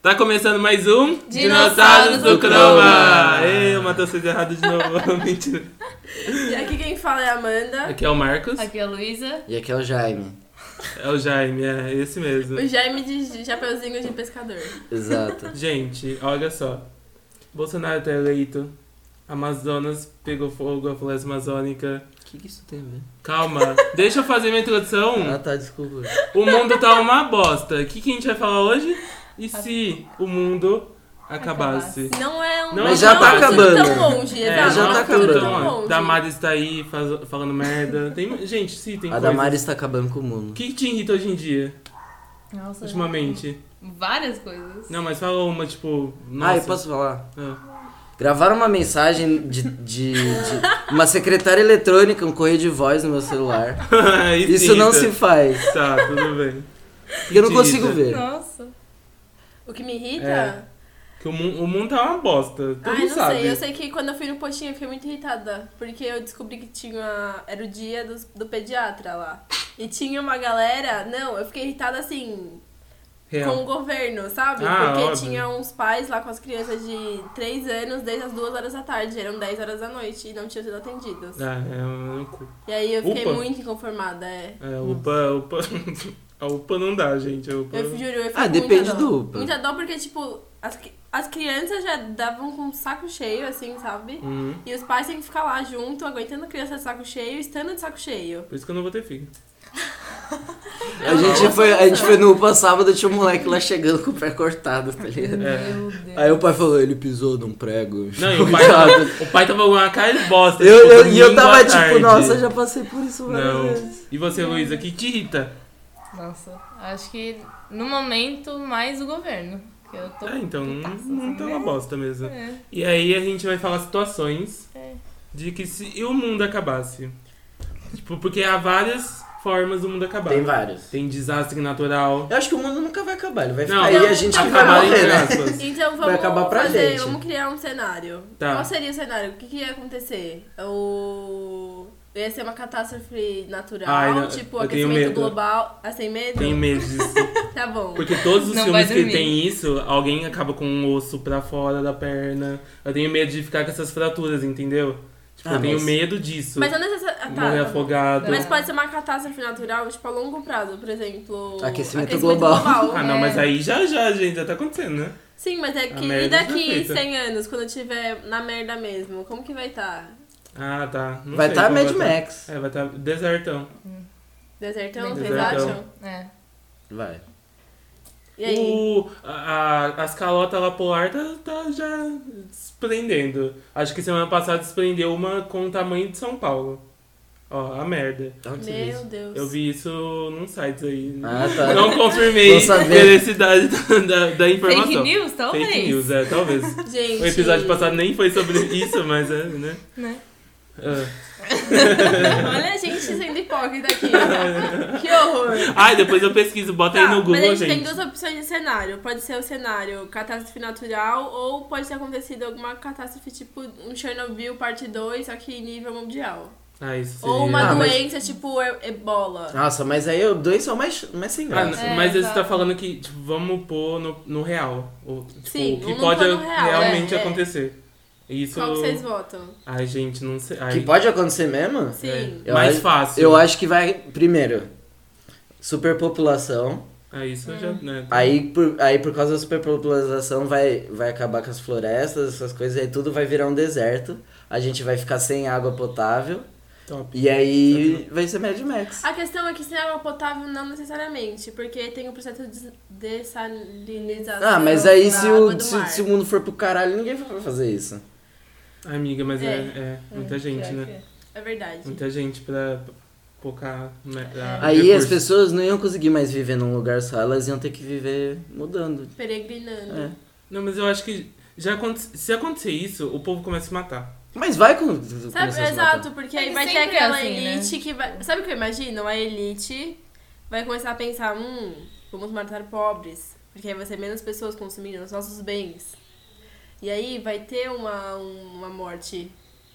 Tá começando mais um Dinossauros do Croma! Ê, o Matheus fez errado de novo. Mentira. E aqui quem fala é a Amanda. Aqui é o Marcos, Aqui é a Luísa. E aqui é o Jaime. é o Jaime, é esse mesmo. O Jaime de Chapeuzinho de Pescador. Exato. Gente, olha só. Bolsonaro tá eleito. Amazonas pegou fogo, a floresta amazônica. O que, que isso tem a ver? Calma, deixa eu fazer minha Ah, introdução. tá, desculpa. O mundo tá uma bosta. O que, que a gente vai falar hoje? E se o mundo acabasse? Não é um. Não, não mas já é um tá assunto acabando. tão longe, É, exato. um já tá nossa, acabando. então, ó, Longe. Damares tá aí faz- falando merda. Tem, gente, sim, tem A coisa. Damares tá acabando com o O mundo. que que te irrita hoje em dia, Nossa. ultimamente? Várias coisas. Não, mas fala uma, tipo. Nossa. Ah, eu posso falar? Ah. Gravaram uma mensagem de, de, de- uma secretária eletrônica, um correio de voz no meu celular. Isso não se irrita. faz. Tá, tudo bem. Porque eu não Te consigo irrita. ver. Nossa. O que me irrita? É. Que o, mu- o mundo tá uma bosta. Todo Ai, mundo não sabe. sei. Eu sei que quando eu fui no postinho eu fiquei muito irritada. Porque eu descobri que tinha. Era o dia do, do pediatra lá. E tinha uma galera. Não, eu fiquei irritada assim. Real. com o governo, sabe? É. Ah, Porque óbvio. tinha uns pais lá com as crianças de 3 anos desde as 2 horas da tarde, eram 10 horas da noite e não tinham sido atendidos. Ah, é um cu. E aí eu fiquei Upa. muito inconformada, é. É, UPA, UPA. A UPA não dá, gente. A UPA. Eu juro, eu fiquei Ah, com depende muita dó. do UPA. Muita dó porque, tipo, as, cri- as crianças já davam com o saco cheio, assim, sabe? Uhum. E os pais têm que ficar lá junto, aguentando a criança de saco cheio, estando de saco cheio. Por isso que eu não vou ter filho. A gente, foi, a gente foi no UPA sábado, tinha um moleque lá chegando com o pé cortado, tá ligado? É. Meu Deus. Aí o pai falou, ele pisou num prego. Não, e o pai, tava, o pai tava com uma cara de bosta. Eu, tipo, eu, e eu domingo à tava tipo, tarde. nossa, já passei por isso várias Não. vezes. E É. você, Luísa, que te irrita? Nossa. Acho que no momento mais o governo. Que eu tô. Ah, então, não, putaça, não tá assim, uma né? bosta mesmo. É. E aí a gente vai falar situações É. de que se o mundo acabasse. Tipo, porque há várias formas do mundo acabar. Tem vários. Tem desastre natural. Eu acho que o mundo nunca vai acabar, ele vai Não, ficar aí a gente que vai acabar entre morrer, né? aspas. Então vamos Vai acabar pra fazer, gente. vamos criar um cenário. Tá. Qual seria o cenário? O que, que ia acontecer? O... Ia ser uma catástrofe natural, Ai, não, tipo eu tenho aquecimento medo. global, ah, sem medo? Tenho medo disso. Tá bom. Porque todos os Não vai filmes que dormir. tem isso, alguém acaba com um osso pra fora da perna. Eu tenho medo de ficar com essas fraturas, entendeu? Tipo, Ah, eu tenho mas- medo disso. Mas não necessariamente... Morrer afogado. Mas Tá. pode ser uma catástrofe natural, tipo, a longo prazo, por exemplo... né? Aquecimento global. Ah, é. não, mas aí já já, gente, já tá acontecendo, né? Sim, mas é A que e merda já daqui feita. 100 anos, quando eu tiver na merda mesmo, como que vai estar? Tá? Ah, tá. Não Vai sei estar tá como Mad vai tá. Max. É, vai estar tá desertão. Desertão, vocês Desertão. acham? É. Vai. E aí? O, a, a- as calotas lá polar tá, tá já desprendendo. Acho que semana passada desprendeu uma com o tamanho de São Paulo. Ó, a merda. um Tá onde você Meu viu? Deus. Uh, Eu vi isso num site aí. Ah, tá. Não confirmei Vou a saber. veracidade da, da, da informação. Fake news, talvez. Fake news, é, talvez. Gente. O episódio passado nem foi sobre isso, mas é, né? Né? Ah. Olha a gente sendo hipócrita aqui. que horror. Ai, Ah, depois eu pesquiso, bota aí Tá, no mas a Google, gente, tem gente. duas opções de cenário. Pode ser o cenário catástrofe natural ou pode ter acontecido alguma catástrofe tipo um Chernobyl parte 2, só que em nível mundial. Ah, isso seria... Ou uma Ah, mas- Ah, doença tipo e- ebola. Nossa, mas aí os dois são mais, mais sem Ah, graça. n- É, mas você tá exato. falando que tipo, vamos pôr no, no real. O, tipo, Sim, o que vamos pode pôr no real, realmente é, é. acontecer. Isso. Qual que vocês votam? Ai, gente, não sei. Ai, Que pode acontecer mesmo? Sim. é, Eu mais acho- fácil. Eu acho que vai, primeiro, superpopulação. Ah, isso já. Hum. Né? Aí por, aí por causa da superpopulação vai, vai acabar com as florestas, essas coisas, aí tudo vai virar um deserto. A gente vai ficar sem água potável. Top. E aí vai ser Mad Max. A questão é que sem água potável não necessariamente, porque tem o processo de dessalinização. Ah, mas aí da se água o, do se, mar. se o mundo for pro caralho, ninguém vai fazer isso. Ai, Amiga, mas é, É. é, muita gente, Pior né? que é. É verdade. Então. Muita gente pra pra focar. Né, É. pra Aí as recursos. pessoas não iam conseguir mais viver num lugar só, elas iam ter que viver mudando. Peregrinando. É. Não, mas eu acho que já aconte- se acontecer isso, o povo começa a se matar. Mas vai com. Sabe, exato, porque aí Mas vai ter sempre é aquela assim, né? elite que vai. Sabe o que eu imagino? A elite vai começar a pensar: hum, vamos matar pobres. Porque aí vai ser menos pessoas consumindo os nossos bens. E aí vai ter uma, um- uma morte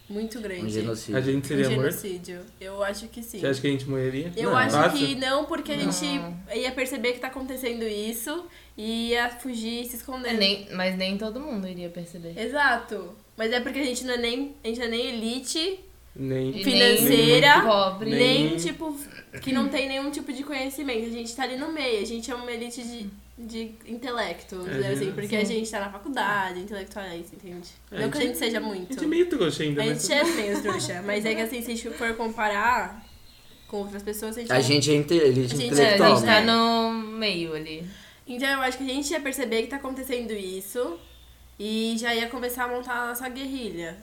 muito grande. Um genocídio. A gente Um seria morto? genocídio. Eu acho que sim. Você acha que a gente morreria? é Eu Não, acho fácil? que não, porque a gente Não. ia perceber que tá acontecendo isso e ia fugir e se esconder. É, nem- mas nem todo mundo iria perceber. Exato. Mas é porque a gente não é nem, a gente não é nem elite, Nem. E Financeira, nem pobre. nem- nem tipo, que não tem nenhum tipo de conhecimento. A gente tá ali no meio, a gente é uma elite de, de intelecto, entendeu? Assim, porque a Sim. gente tá na faculdade, intelectuais, entende? É, não que a a gente- gente seja A muito. gente é meio trouxa ainda, A mas. gente é meio trouxa, mas é que assim, se a gente for comparar com outras pessoas, a gente... A gente é inte- elite A gente é, É, a intelectual, gente tá né? no meio ali. Então eu acho que a gente ia perceber que tá acontecendo isso e já ia começar a montar a nossa guerrilha.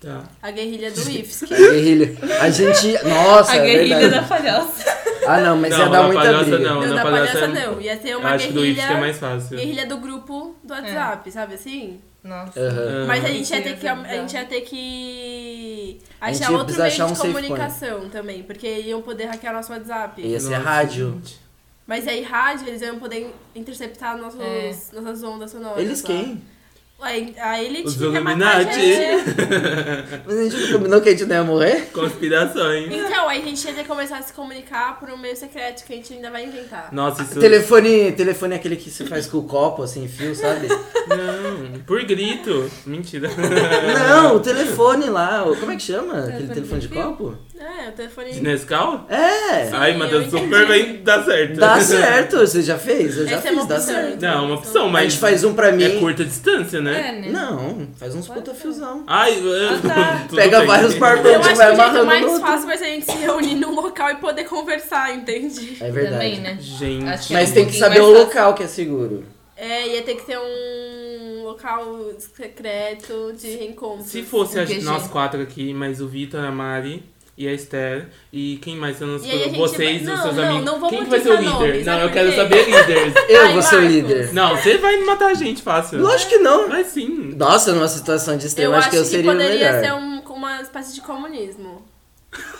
Tá. A guerrilha do IFSC. A É guerrilha. A gente. Nossa, a é guerrilha da verdade. falhança. Ah, não, mas Não, ia dar na muita palhaça briga. não. Não, na da palhaça palhaça é- não. Ia ter Eu uma acho que do IFSC guerrilha, é mais fácil. guerrilha do grupo do WhatsApp, sabe assim? Nossa. Aham. Ah, Mas a gente ia ter que, Sim, a gente ia ter que A gente achar outro precisa meio achar um de safe point. comunicação também, porque iam poder hackear nosso WhatsApp. Ia ser Nossa, é rádio. gente. Mas aí rádio, eles iam poder interceptar nossos, É. nossas ondas É. sonoras. Eles lá. quem? Aí, aí ele Os tinha que matar a Illuminati. gente. Mas a gente não combinou que a gente não ia morrer? Conspirações. Então, aí a gente ia ter que começar a se comunicar por um meio secreto que a gente ainda vai inventar. Nossa, isso. Telefone, telefone é aquele que você faz com o copo, assim, fio, sabe? Não, por grito. Mentira. Não, o telefone lá, o- como é que chama? Aquele telefone Telefone de de copo? É, o telefone. De Nescau? É! Ai, Matheus, eu super entendi. bem dá certo. Dá certo, você já fez? Eu já Essa é fiz, uma dá opção. certo. Não, uma opção, mas. A gente faz um pra mim. É curta distância, né? É, né? Não, faz uns Pode puta ser. fiozão. Ai, eu- Ah, tá. tudo Pega bem. vários barbantes Eu e acho que vai o jeito amarrando mais no outro. fácil vai ser a gente se reunir num local e poder conversar, entende? É verdade. Também, né? Gente. Acho que é Mas um tem que pouquinho saber mais o fácil. local que é seguro. É, ia ter que ter um local secreto de reencontro. Se fosse a O QG. nós quatro aqui, mas o Vitor, a Mari e a Esther, e quem mais? Eu não E aí a sei, gente vocês, vai- os não, seus não, amigos. não vamos quem que vai ser o líder? dizer nomes, não, sabe eu por quero quê? saber líderes. Eu Ai, vou ser o Marcos. líder. Não, você vai matar a gente fácil. Lógico que não. Mas sim. Nossa, numa situação de Eu, extremo, acho que eu seria o poderia melhor. ser um- uma espécie de comunismo.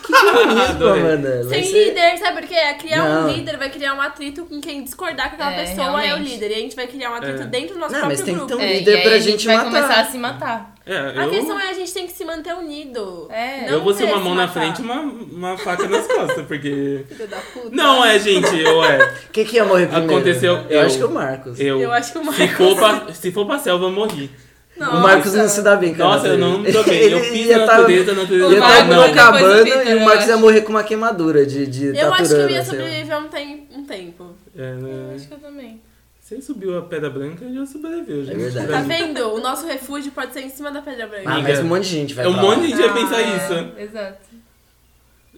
Comunismo, Adorei. Amanda, vai Sem ser- líder, sabe? Porque é criar Não. um líder vai criar um atrito com quem discordar com aquela É, pessoa é o realmente. líder. E a gente vai criar um atrito É. dentro do nosso Não, mas próprio tem que grupo. ter um É, líder e aí pra a gente, gente vai matar. começar a se matar. É, A eu... questão é a gente tem que se manter unido. É. Não eu vou ser uma querer mão se na matar. frente e uma, uma faca nas costas, porque. Filho da puta. Não é, gente, eu é. Quem que ia morrer primeiro? Aconteceu, Eu, eu. acho que é o Marcos. Eu. Eu acho que o se, Marcos. for pra, se for pra selva, eu morri. Nossa. O Marcos não se dá bem, cara. Nossa, eu não me dou bem. Ele Eu fiz ia a tá- natureza, a natureza Ele O ia tá estar Marcos não. numa depois do cabana Peter, e o eu Marcos ia acho. morrer com uma queimadura de, de Eu acho que eu taturana, assim, ia assim, sei lá. sobreviver um, tem- um tempo. É, Eu né? acho que eu também. Você subiu a Pedra Branca já sobreviveu, gente. É verdade. Pra Tá mim. vendo? O nosso refúgio pode ser em cima da Pedra Branca. Ah, mas um monte de gente vai É um pra lá. monte de gente vai pensar Ah, isso. né? É, exato.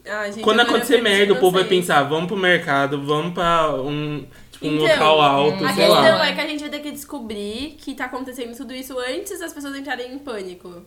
Ah, gente, Quando agora eu acontecer perdi, merda, o não povo vai sei. pensar, vamos pro mercado, vamos pra um, tipo, um Então, local alto, a A sei questão lá. é que a gente vai ter que descobrir que tá acontecendo tudo isso antes das pessoas entrarem em pânico.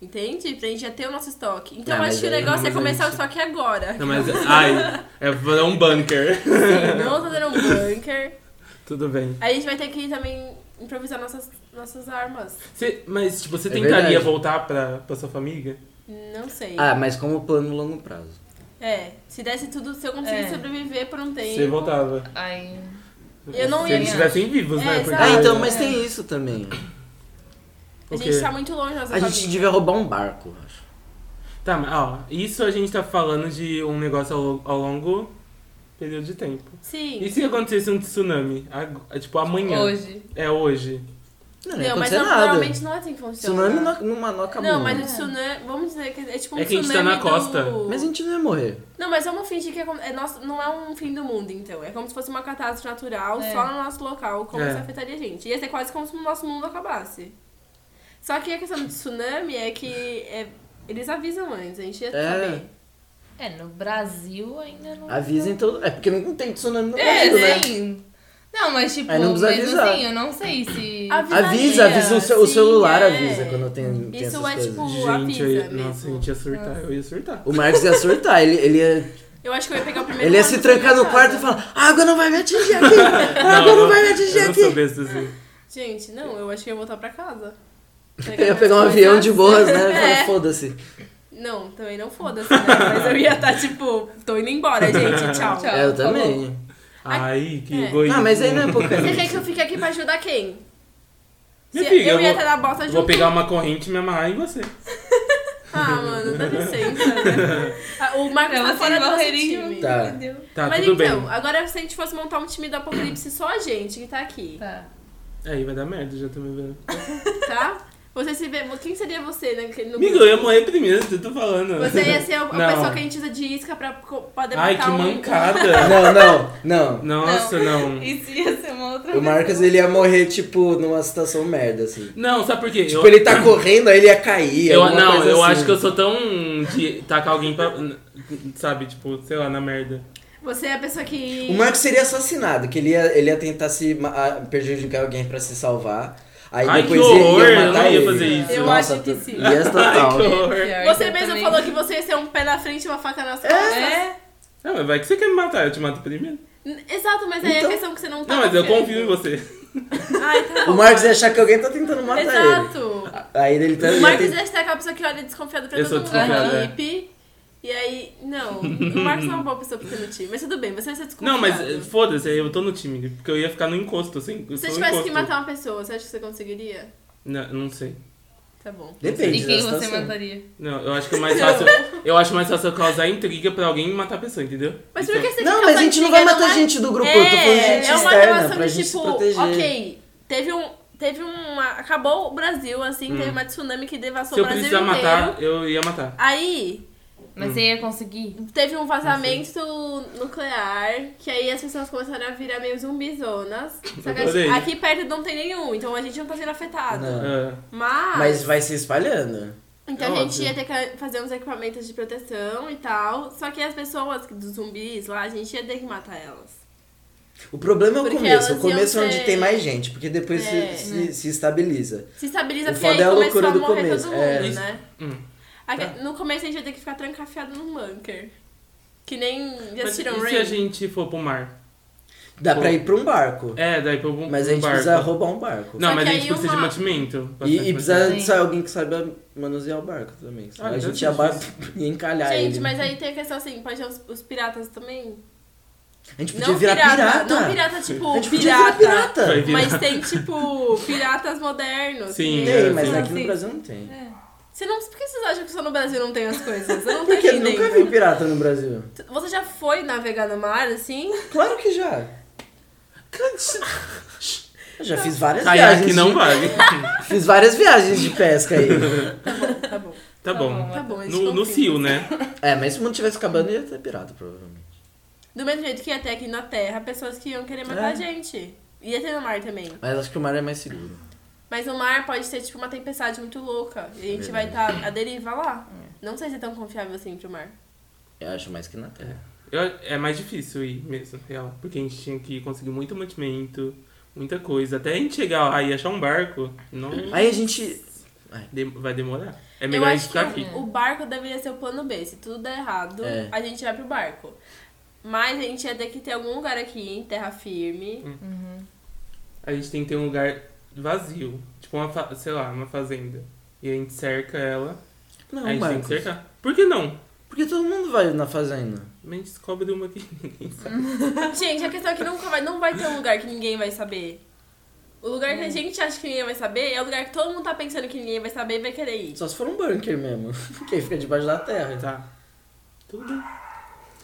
Entende? Pra gente já ter o nosso estoque. Então Não, eu mas acho que o aí- negócio é mas começar aí- o estoque agora. Não, mas, ai, é pra um bunker. Não fazer um bunker. Tudo bem. Aí a gente vai ter que também improvisar nossas, nossas armas. Você- mas, tipo, você É tentaria verdade. voltar pra, pra sua família? Não sei. Ah, mas como plano longo prazo. É, se desse tudo, se eu conseguir É. sobreviver por um tempo. Você voltava. Aí. Eu não Se ia. eles estivessem vivos, É, né? exato. Ah, então, mas É. tem isso também. A O gente quê? tá muito longe da nossa A gente família. devia roubar um barco, acho. Tá, mas, ó, isso a gente tá falando de um negócio ao, ao longo período de tempo. Sim. E se acontecesse um tsunami? Ag- é, tipo, amanhã. Hoje. É hoje. Não, não ia Não, mas acontecer não, nada. provavelmente não é assim que funciona. Tsunami não, não manoca Não, muito. mas o tsunami, vamos dizer que é tipo um É que a gente tá tsunami na costa. do- Mas a gente não ia morrer. Não, mas vamos fingir que é, como- é nosso, não é um fim do mundo, então. É como se fosse uma catástrofe natural, É. só no nosso local, como É. isso afetaria a gente. Ia ser quase como se o nosso mundo acabasse. Só que a questão do tsunami é que é- eles avisam antes, a gente ia É. saber. É, no Brasil ainda não. Avisem todo. É porque não tem tsunami no É, Brasil, né? sim. Não, mas tipo, Aí não mesmo precisa avisar. assim, eu não sei se. Avisa, Avisaria, avisa o, seu- o sim, celular, é. avisa quando tem, tem Isso essas é, coisas. tipo, O Gente, avisa eu ia, mesmo. nossa, a gente ia surtar. Eu ia surtar. O Marcos ia surtar, ele, ele ia, Eu acho que eu ia pegar o primeiro ele ia ônibus se pra trancar minha no quarto e casa. falar: a água não vai me atingir aqui! A água não vai me atingir eu não sou aqui! besta assim. Gente, não, eu acho que eu ia voltar pra casa. Eu ia pegar um avião de boas, né? É. Fala, Foda-se. Não, também não foda-se, né? Mas eu ia estar, tipo, tô indo embora, gente. Tchau. Tchau. É, Eu também. Ai, que É. egoísmo. Não, mas aí não é pouca Você quer que eu fique aqui pra ajudar quem? Minha Se filha, eu eu ia vou- estar na bosta junto. Vou pegar uma corrente, me amarrar em você. Ah, mano, dá licença, né? Ah, O Marcos Ela tá fora tem do nosso barreirinho, time. Tá. entendeu? Tá, Mas tudo então, bem. agora se a gente fosse montar um time do Apocalipse só a gente que tá aqui, Tá. Aí vai dar merda, já tô me vendo. tá? Você se vê. Quem seria você naquele no Amigo, grupo? eu ia morrer primeiro, eu tô falando. Você ia ser a, a Não. pessoa que a gente usa de isca pra co- poder Ai, montar que um- mancada. Não, não, não. Nossa, não. Isso ia ser uma outra O Marcos, ele ia morrer, tipo, numa situação merda, assim. Não, sabe por quê? Tipo, eu, ele tá correndo, aí ele ia cair. eu, alguma não, coisa eu assim. acho que eu sou tão de tacar alguém pra. Sabe, tipo, sei lá, na merda. Você é a pessoa que. O Marcos seria assassinado, que ele ia, ele ia tentar se ma- a- prejudicar alguém pra se salvar. Aí Ai, depois que ele horror, eu ia não matar ia ele. fazer isso. Eu Nossa, acho que tu- sim. Yes, Ai, que total. horror. Você mesmo falou que você ia ser um pé na frente e uma faca nas costas. É? Não, mas vai que você quer me matar, eu te mato primeiro. N- Exato, mas aí é a Então- questão que você não tá. Não, mas eu confiando. confio em você. é Ai, tá bom. o Marcos ia achar que alguém tá tentando matar ele. Exato. Aí ele tá. O ele Marcos tem- deve ser aquela pessoa que olha desconfiado pra Eu todo sou mundo desconfiado, na é. equipe. E aí, não, o Marcos não é uma boa pessoa pra ser no time, mas tudo bem, você vai ser desconfiado. Não, mas eh, foda-se, eu tô no time, porque eu ia ficar no encosto, assim. eu Se você sou tivesse encosto. que matar uma pessoa, você acha que você conseguiria? Não, não sei. Tá bom. Depende. E quem da você situação. mataria? Não, eu acho que é mais fácil. eu acho mais fácil eu causar intriga pra alguém e matar a pessoa, entendeu? Mas Então- por que você Não, quer mas a causar gente não intriga vai matar numa- gente do grupo, é, eu tô falando gente é uma externa relação pra de gente se tipo, proteger. ok, teve um. Teve uma. Acabou o Brasil, assim, Hum. teve uma tsunami que devassou Se eu o Brasil precisar inteiro. matar, eu ia matar. Aí, Hum. Mas você ia conseguir? Teve um vazamento nuclear, que aí as pessoas começaram a virar meio zumbizonas. Só que Adorei. a- aqui perto não tem nenhum, então a gente não tá sendo afetado. Não. Ah, Mas, Né. Mas vai se espalhando. Então é a gente óbvio. ia ter que fazer uns equipamentos de proteção e tal. Só que as pessoas dos zumbis lá, a gente ia ter que matar elas. O problema é o Porque começo. O elas começo é iam onde ser- tem mais gente, porque depois se- É. se, se estabiliza. Se estabiliza O porque aí foda é a começou loucura a do morrer começo, todo é. mundo, Isso. né? hum. Aqui- Tá. No começo a gente ia ter que ficar trancafiado num bunker. Que nem. Já Mas e assistiram se a Rain? gente for pro mar? Dá Pô. pra ir pra um barco. É, daí pro pro Mas a gente barco. precisa roubar um barco. Não, Só mas que a aí gente precisa de uma- mantimento. E, bastante e precisa Sim. de alguém que saiba manusear o barco também. senão Ah, a deve gente ser ia ba- ia encalhar Gente, ele. mas aí tem a questão assim, pode ser os- os piratas também. A gente podia Não virar pirata, pirata. não pirata A tipo gente podia virar pirata, pirata. Vai vir- mas tem tipo piratas modernos. Sim, que- é. Tem, mas Sim. aqui Sim. no Brasil não tem. É, Você não, por que vocês acham que só no Brasil não tem as coisas? Eu não tô Porque eu nunca vi entendendo. pirata no Brasil. Você já foi navegar no mar assim? Claro que já. Eu já fiz várias Caiaque viagens. não de- vale. Tá Fiz várias viagens de pesca aí. Tá bom, Tá bom. tá bom. a gente No, no confia. Cio, né? É, mas se o mundo tivesse acabando, ia ter pirata, provavelmente. Do mesmo jeito que ia ter aqui na Terra, pessoas que iam querer matar É. a gente. Ia ter no mar também. Mas acho que o mar é mais seguro. Mas no mar pode ser tipo uma tempestade muito louca. É E a gente vai estar à deriva lá. Não sei se é tão confiável assim pro mar. Eu acho mais que na terra. Eu- é mais difícil ir mesmo, real. Porque a gente tinha que conseguir muito mantimento, muita coisa. Até a gente chegar lá e achar um barco, não Aí a gente. de- vai demorar. É Eu melhor a gente acho que ficar aqui. o, o barco deveria ser o plano B. Se tudo der errado, É. a gente vai pro barco. Mas a gente ia ter que ter algum lugar aqui em terra firme. Uhum. A gente tem que ter um lugar vazio. Tipo uma, fa- sei lá, uma fazenda. E a gente cerca ela. Não, a gente tem que Marcos. cercar. Por que não? Porque todo mundo vai na fazenda. A gente descobre uma que ninguém sabe. Gente, a questão é que nunca vai, não vai ter um lugar que ninguém vai saber. O lugar que a gente acha que ninguém vai saber é o lugar que todo mundo tá pensando que ninguém vai saber e vai querer ir. Só se for um bunker mesmo. Porque aí fica debaixo da terra. então. Tá. Tudo bem.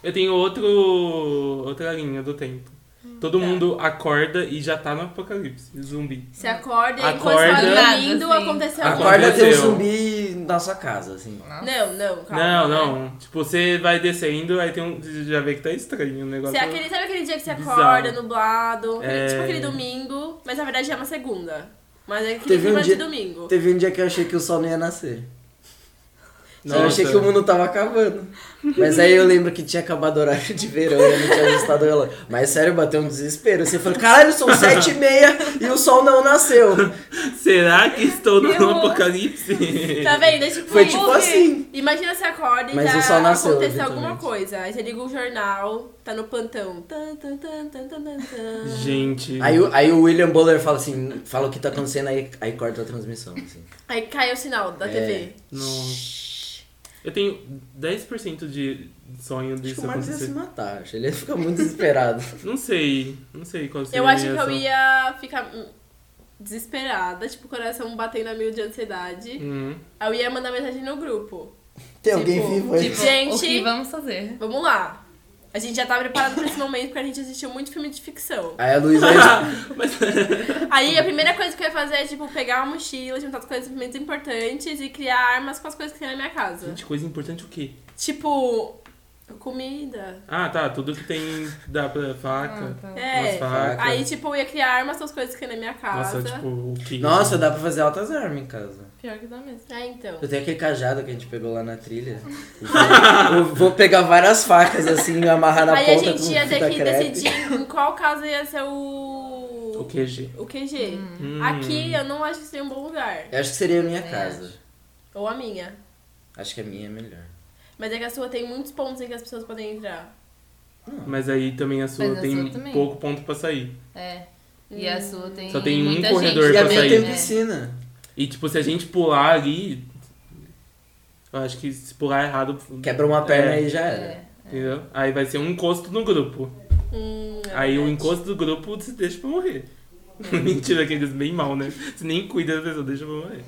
Eu tenho outro. outra linha do tempo. Todo Tá. mundo acorda e já tá no apocalipse. Zumbi. Você acorda e enquanto Acorda. você tá dormindo, Nada, assim. aconteceu alguma Acorda tem um Aconteceu. zumbi na sua casa, assim. Nossa. Não, não, calma. não, né? não. Tipo, você vai descendo, aí tem um. Você já vê que tá estranho o negócio. Você é aquele, sabe aquele dia que você Bizarro. acorda nublado? É. Tipo aquele domingo, mas na verdade já é uma segunda. Mas é aquele Teve um clima de dia- domingo. Teve um dia que eu achei que o sol não ia nascer. Nossa. Eu achei que o mundo tava acabando. Mas aí eu lembro que tinha acabado o horário de verão e eu não tinha ajustado o relógio. Mas sério, bateu um desespero. Você falou, caralho, são sete e meia e o sol não nasceu. Será que estou no Eu- apocalipse? Tá vendo? É tipo Foi isso. tipo assim. Imagina você acorda e Mas já o sol nasceu, aconteceu eventualmente. alguma coisa. Aí você liga o jornal, tá no plantão. Tan, tan, tan, tan, tan, tan, tan. Gente. Aí, o- aí o William Boller fala assim, fala o que tá acontecendo, aí, aí corta a transmissão. assim. Aí cai o sinal da É. TV. Nossa. Eu tenho 10% de sonho Acho que disso o Marcos é assim ia se acontecer. matar, acho. ele ia ficar muito desesperado. Não sei. Não sei qual seria Eu a acho que eu reação. ia ficar. desesperada, tipo, coração batendo a mil de ansiedade. Uhum. Eu ia mandar mensagem no grupo. Tem alguém Tipo, vivo aí? tipo- O Gente- que vamos fazer? Vamos lá. A gente já tá preparado pra esse momento porque a gente assistiu muito filme de ficção. Aí a Luísa responde. Mas Aí a primeira coisa que eu ia fazer é, tipo, pegar uma mochila, juntar as coisas menos importantes e criar armas com as coisas que tem na minha casa. Gente, coisa importante o quê? Tipo, comida. Ah, tá, tudo que tem dá pra faca. Ah, tá. Umas É. facas. Aí, tipo, eu ia criar armas com as coisas que tem na minha casa. Nossa, tipo, o que? Nossa, dá pra fazer altas armas em casa. Pior que dá mesmo. É, então. Eu tenho aquele cajado que a gente pegou lá na trilha. Eu vou pegar várias facas assim, amarrar na Aí a ponta gente com ia ter fita que crepe. decidir em qual casa ia ser o. O QG. O QG. Hum. Aqui eu não acho que seria um bom lugar. Eu acho que seria a minha É, casa. Ou a minha. Acho que a minha é melhor. Mas é que a sua tem muitos pontos em que as pessoas podem entrar. Mas aí também a sua Mas a tem sua também. pouco ponto pra sair. É. E a sua tem. Só tem um muita corredor gente, E a pra né? minha sair. tem É. piscina. E tipo, se a gente pular ali. Eu acho que se pular errado. Quebra uma perna É. aí e já era. É. Entendeu? Aí vai ser um encosto no grupo. Hum, é aí o verdade. encosto do grupo se deixa pra morrer. Mentira, que eles bem mal, né? Você nem cuida da pessoa, deixa pra morrer.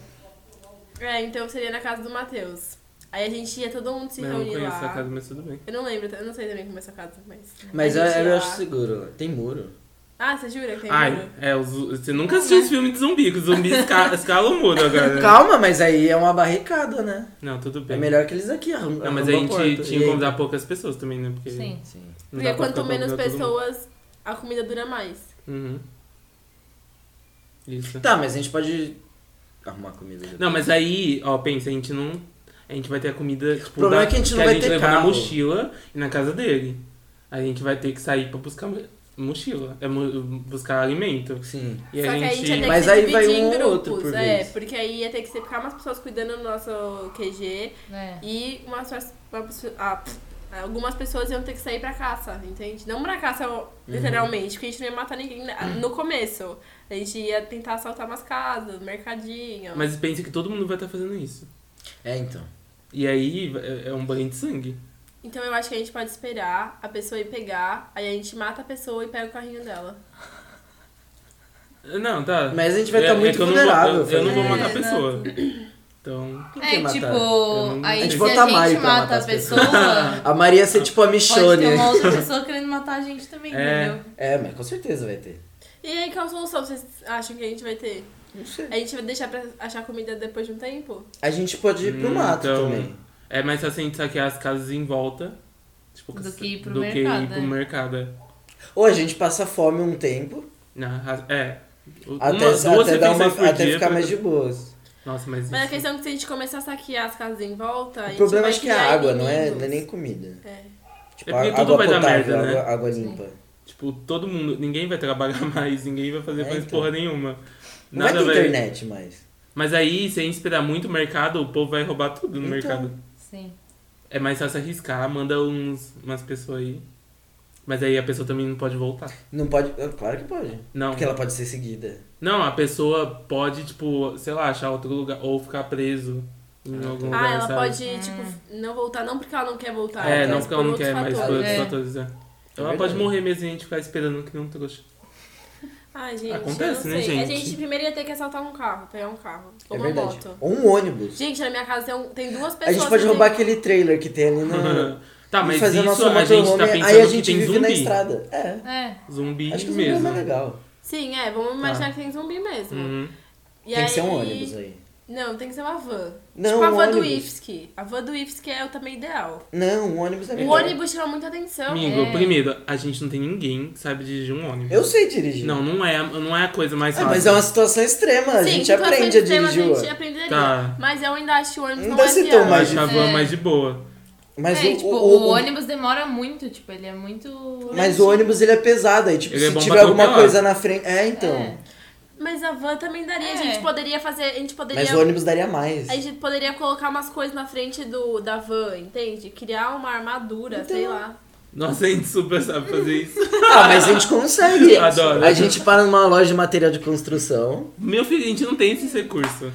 É, então seria na casa do Matheus. Aí a gente ia todo mundo se Mas eu não reunir conheço lá. a casa, mas tudo bem. Eu não lembro, eu não sei também como é essa casa, mas. Mas A eu, gente ia eu lá. acho seguro lá. Tem muro. Ah, você jura que tem Ai, muro? é, os- você nunca assistiu os filmes de zumbi, que os zumbis esca- escalam o muro agora. né? Calma, mas aí é uma barricada, né? Não, tudo É bem. melhor que eles aqui arrum- Não, mas a arrumam gente porta. tinha E que aí- convidar poucas pessoas também, né? Porque Sim. Sim. não dá Porque pra é quanto convidar menos todo mundo. pessoas, a comida dura mais. Uhum. Isso. Tá, mas a gente pode arrumar comida. depois. Não, mas aí, ó, pensa, a gente não. A gente vai ter a comida, tipo, O problema da- é que a gente não vai ter leva na carro. mochila e na casa dele. A gente vai ter que sair pra buscar mo- mochila. É mo- buscar alimento. Sim. E a Só que aí a gente é ia ter gente. que Mas se aí vai dividir um em ou grupos. outro por é, vez. porque aí ia ter que ser ficar umas pessoas cuidando do nosso QG É. e umas, pe- uma pessoa- ah, pff, algumas pessoas iam ter que sair pra caça, entende? Não pra caça literalmente, porque a gente não ia matar ninguém na- no começo. A gente ia tentar assaltar umas casas, mercadinho. Mas pensa que todo mundo vai estar fazendo isso. É, então. E aí é- é um banho de sangue. Então eu acho que a gente pode esperar a pessoa ir pegar, aí a gente mata a pessoa e pega o carrinho dela. Não, tá. Mas a gente vai estar É- é muito que eu não vou- vulnerável. Eu, eu não vou É, matar a exato. pessoa. Então. Quem É, quer tipo, matar? não- aí A gente se botar a gente Maio pra matar mata as a pessoas. pessoa, A Maria ia ser tipo a pode Michonne. ter uma outra pessoa querendo matar a gente também, É. entendeu? É, mas com certeza vai ter. E aí qual solução vocês acham que a gente vai ter? Não sei. A gente vai deixar pra achar comida depois de um tempo? A gente pode ir pro Hum, mato então. também. É mais fácil a gente saquear as casas em volta. Tipo, Do cas- que ir pro do que ir mercado, pro né? mercado, é. Ou a gente passa fome um tempo, Na, ra- é. Uma, até, duas até, dar uma, refeições por até dia ficar pra- mais de boas. Nossa, mas. Mas a isso- questão é que se a gente começar a saquear as casas em volta. a O gente problema vai acho que é criar água, não é, inimigos. não é nem comida. É. Tipo, É porque a- tudo água vai dar potável, merda, né? água, água limpa. Tipo, todo mundo. Ninguém vai trabalhar mais, ninguém vai fazer É, mais então. porra nenhuma. Não vai Nada ter vai. internet mais. Mas aí, se a gente esperar muito o mercado, o povo vai roubar tudo no Então. mercado. Sim. É mais fácil arriscar, manda uns, umas pessoas aí. Mas aí a pessoa também não pode voltar. Não pode. ah, Claro que pode. Não. Porque ela pode ser seguida. Não, a pessoa pode, tipo, sei lá, achar outro lugar ou ficar preso em Ah, algum tá. lugar. Ah, ela sabe? pode, tipo, não voltar, não porque ela não quer voltar. É, mas não porque ela não outros quer mais por fatores. outros É. fatores, é. Ela verdade. pode morrer mesmo e a gente ficar esperando que não trouxa. Ai, gente, Acontece, eu né, não sei. A gente? gente primeiro ia ter que assaltar um carro, pegar um carro. Ou é uma verdade. moto. Ou um ônibus. Gente, na minha casa tem, um- tem duas A pessoas. gente pode que roubar tem- aquele trailer que tem ali na. Tá, e mas fazer isso nosso a gente tá motorhome, pensando aí a gente que tem vive zumbi. na estrada. É. É. Zumbi Acho que zumbi é mesmo. mais legal. Sim, é, Tá. vamos imaginar que tem zumbi mesmo. Uhum. E tem que ser um aí- ônibus aí. Não, tem que ser uma van. Não, tipo a um van do ônibus. IFSC. A van do IFSC é o também ideal. Não, um ônibus é O melhor. ônibus chama muita atenção. Amigo, É. primeiro, a gente não tem ninguém que sabe dirigir um ônibus. Eu sei dirigir. Não, não é, não é a coisa mais Ah, fácil. mas é uma situação extrema. a Sim, tipo, gente situações aprende a extremas dirigir o A gente ônibus. aprenderia. Tá. Mas eu ainda acho o ônibus Não não, dá é esse viável. tom, Eu mas- acho a van É. mais de boa. Mas é, o, tipo, o, ônibus demora muito, tipo, ele é muito. Mas o ônibus ele é pesado. Aí, tipo, Ele é se bom tiver pra alguma atropelar. coisa na frente. É, então. É. Mas a van também daria. A É. gente poderia fazer. A gente poderia. Mas o ônibus daria mais. A gente poderia colocar umas coisas na frente do, da van, entende? Criar uma armadura, Então, sei lá. Nossa, a gente super sabe fazer isso. Ah, mas a gente consegue. Adoro. A gente para numa loja de material de construção. Meu filho, a gente não tem esse recurso.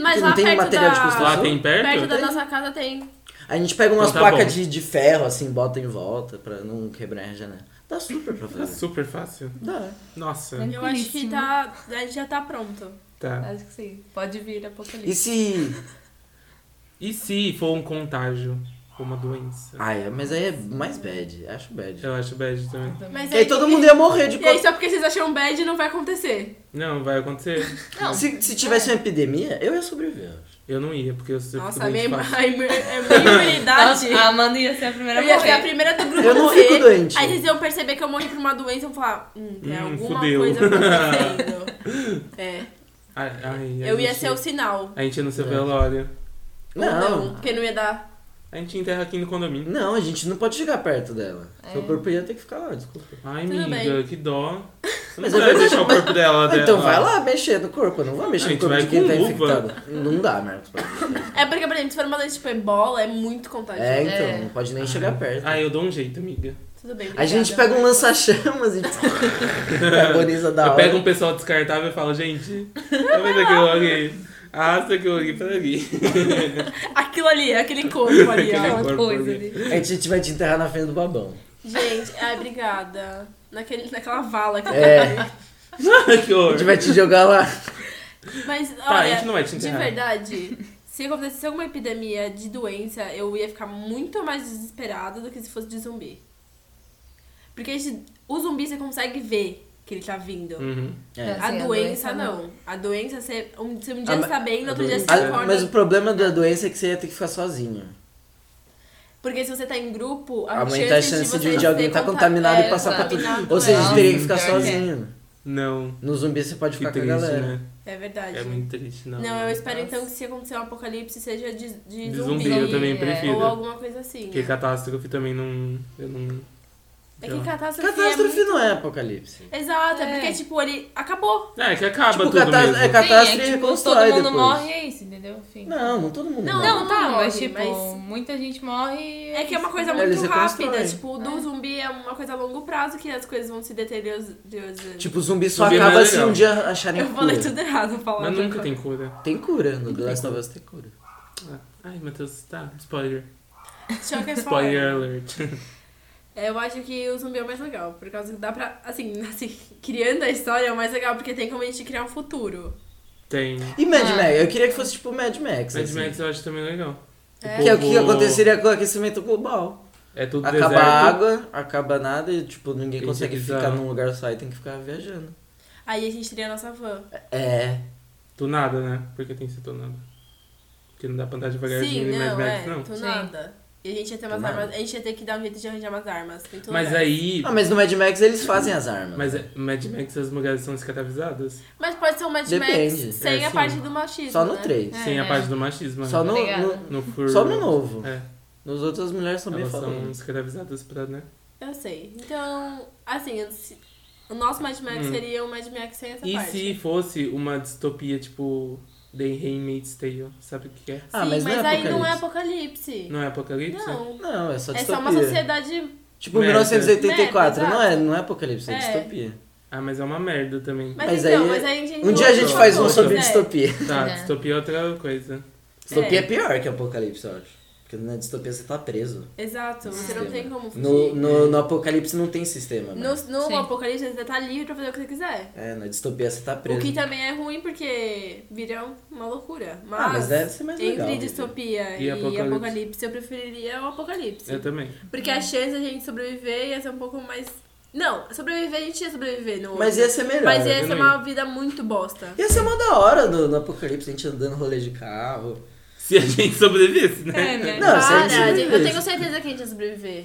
Mas Não lá tem perto material de da. construção? Lá tem perto? Perto da nossa casa tem. A gente pega umas Então tá placas bom. de, de ferro, assim, bota em volta pra não quebrar a janela. Dá super pra É fazer. super fácil. Dá. Nossa, Mas- Eu acho que tá, a gente já tá pronto. tá. Acho que sim. Pode vir apocalipse. E se. E se for um contágio? Ou uma doença? Ai, mas aí é mais bad. Acho bad. Eu acho bad também. Mas E aí todo mundo ia morrer de E aí co- só porque vocês acham bad não vai acontecer. Não, vai acontecer. Não, se, se tivesse uma epidemia, eu ia sobreviver. eu acho. Eu não ia, porque eu sempre Nossa, fico a minha, doente fácil. a minha- a minha imunidade... a Amanda ia ser a primeira Eu ia ser morrer. a primeira do grupo Eu não C. fico doente. Aí vocês iam perceber que eu morri por uma doença e iam falar, hum, tem Hum, alguma fudeu. coisa acontecendo. é. Ai, ai, a Eu ia gente- ser o sinal. A gente ia no seu velório. Ou Não. Não. porque não ia dar. A gente enterra aqui no condomínio. Não, a gente não pode chegar perto dela. É. Seu corpo ia ter que ficar lá, desculpa. Ai, Tudo amiga, que dó. Você não Mas é vai verdade, deixar o corpo dela. dela. Então vai lá mexer no corpo, eu não vou A mexer gente no corpo vai de quem com tá luva. infectado. Não dá, Marcos. pra mim. É porque, por exemplo, se for uma doença tipo ebola, é muito contagioso. É, então, É. não pode nem chegar perto. Ah, eu dou um jeito, amiga. Tudo bem, A obrigada. gente pega um lança-chamas e agoniza da eu hora. pego um pessoal descartável e falo, gente, talvez aquilo aqui. Arrasta aquilo aqui pra ali. Aquilo ali, aquele corpo ali, Aquele ó. corpo. Uma coisa ali. A gente vai te enterrar na frente do babão. Gente, ai, obrigada. Naquele, naquela vala que É. eu que A horror. gente vai te jogar lá. Mas, Tá, a olha, gente não vai te de É. enterrar. verdade, se acontecesse alguma epidemia de doença, eu ia ficar muito mais desesperada do que se fosse de zumbi. Porque a gente- o zumbi você consegue ver que ele tá vindo. Uhum. É. A, Sim, doença, não. A doença você um, você um dia Ah, está bem, no outro dia você a- Ah, acorda. Mas o problema da doença é que você ia ter que ficar sozinho. Porque se você tá em grupo, a Aumenta a tá chance chance de, de, você de alguém ser estar conta- contaminado é, e passar pra tudo. contaminado, Ou seja, é. teria que ficar Pior que é. sozinho. Não. No zumbi você pode Que ficar triste, com a galera. né? É verdade. É muito triste, não. Não, eu espero Nossa. então que se acontecer um apocalipse seja de, de, De zumbi. zumbi, eu é. também prefiro. Ou alguma coisa assim. Porque catástrofe também não. Eu não. É que catástrofe, Catástrofe é não é apocalipse. muito... Exato, é. É. porque tipo, ele acabou. É, que acaba Tipo, tudo catá- mesmo. é Sim, catástrofe é que, tipo, todo reconstrói mundo depois. morre, é isso, entendeu? Fim. Não, não todo mundo Não, morre. Não, tá, morre, mas tipo, mas- muita gente morre. e É que é uma isso. né? coisa Eles muito rápida. reconstruem. Tipo, o do zumbi é uma coisa a longo prazo que as coisas vão se deteriorando. Tipo, zumbi só Zumbi é acaba mais se legal. um dia acharem eu a falei cura. tudo errado Mas falando. nunca tem cura. Tem cura, no The Last tem of Us tem cura. Ai, Matheus, tá. Spoiler. Choque Spoiler alert. É, Eu acho que o zumbi é o mais legal, por causa que dá pra. Assim, assim, criando a história é o mais legal, porque tem como a gente criar um futuro. Tem. E Mad Ah. Max? Eu queria que fosse tipo Mad Max. Mad assim. Max eu acho também legal. É. Que é o que povo- aconteceria com o aquecimento global. É tudo acaba deserto. é a água, acaba nada e, tipo, ninguém Tem consegue que ficar avisar. num lugar só e tem que ficar viajando. Aí a gente teria a nossa van. É. Do nada, né? Porque tem que ser do nada. Porque não dá pra andar devagarzinho Sim, em Mad não, Max, é, não. do Sim. nada. E a gente ia ter umas Do nada. armas. A gente ia ter que dar um jeito de arranjar umas armas. Tem tudo Mas bem. aí. Ah, mas no Mad Max eles fazem as armas. Mas é- Mad Max as mulheres são escravizadas? Mas pode ser um Mad Depende. Max sem É, a sim. parte do machismo. Só no né? 3. É, Sem a é. parte do machismo. Só né? no, Obrigada. no- no fur... só no novo. É. Nos outros as mulheres são bem Elas são fodas. escravizadas pra, né? Eu sei. Então, assim, eu- se- o nosso Mad Max Hum. seria um Mad Max sem essa E parte. se fosse uma distopia tipo The Handmaid's Tale? Sabe o que é? Ah, Sim, mas mas, não é aí não é apocalipse. Não é apocalipse? Não. Não, é só É distopia. só uma sociedade Tipo, Merda. 1984. Merda, não, é, não é apocalipse, é, É. distopia. Ah, mas é uma merda também. Mas, Mas então, aí- mas aí a gente Um dia a gente outro faz um outro. sobre É. distopia. Tá, É. distopia é outra coisa. Distopia é. É. pior que apocalipse, eu acho. Porque na distopia você tá preso. Exato, você não Sistema. tem como fugir. No, No, no, no apocalipse não tem sistema. né? no Sim. apocalipse você tá livre pra fazer o que você quiser. É, na distopia você tá O preso. que também é ruim porque vira uma loucura. Mas, Ah, mas deve ser mais entre legal. distopia E e, apocalipse. apocalipse. eu preferiria o apocalipse. Eu também. Porque Né? a chance da gente sobreviver ia ser um pouco mais. Não, sobreviver a gente ia sobreviver no Mas ia outro. ser melhor. Mas eu ia ser também. uma vida muito bosta. Ia ser uma da hora no, no apocalipse, a gente andando rolê de carro. Se a gente sobrevivesse, né? É, né? Não, se a Para, gente sobreviver. eu tenho certeza que a gente ia sobreviver.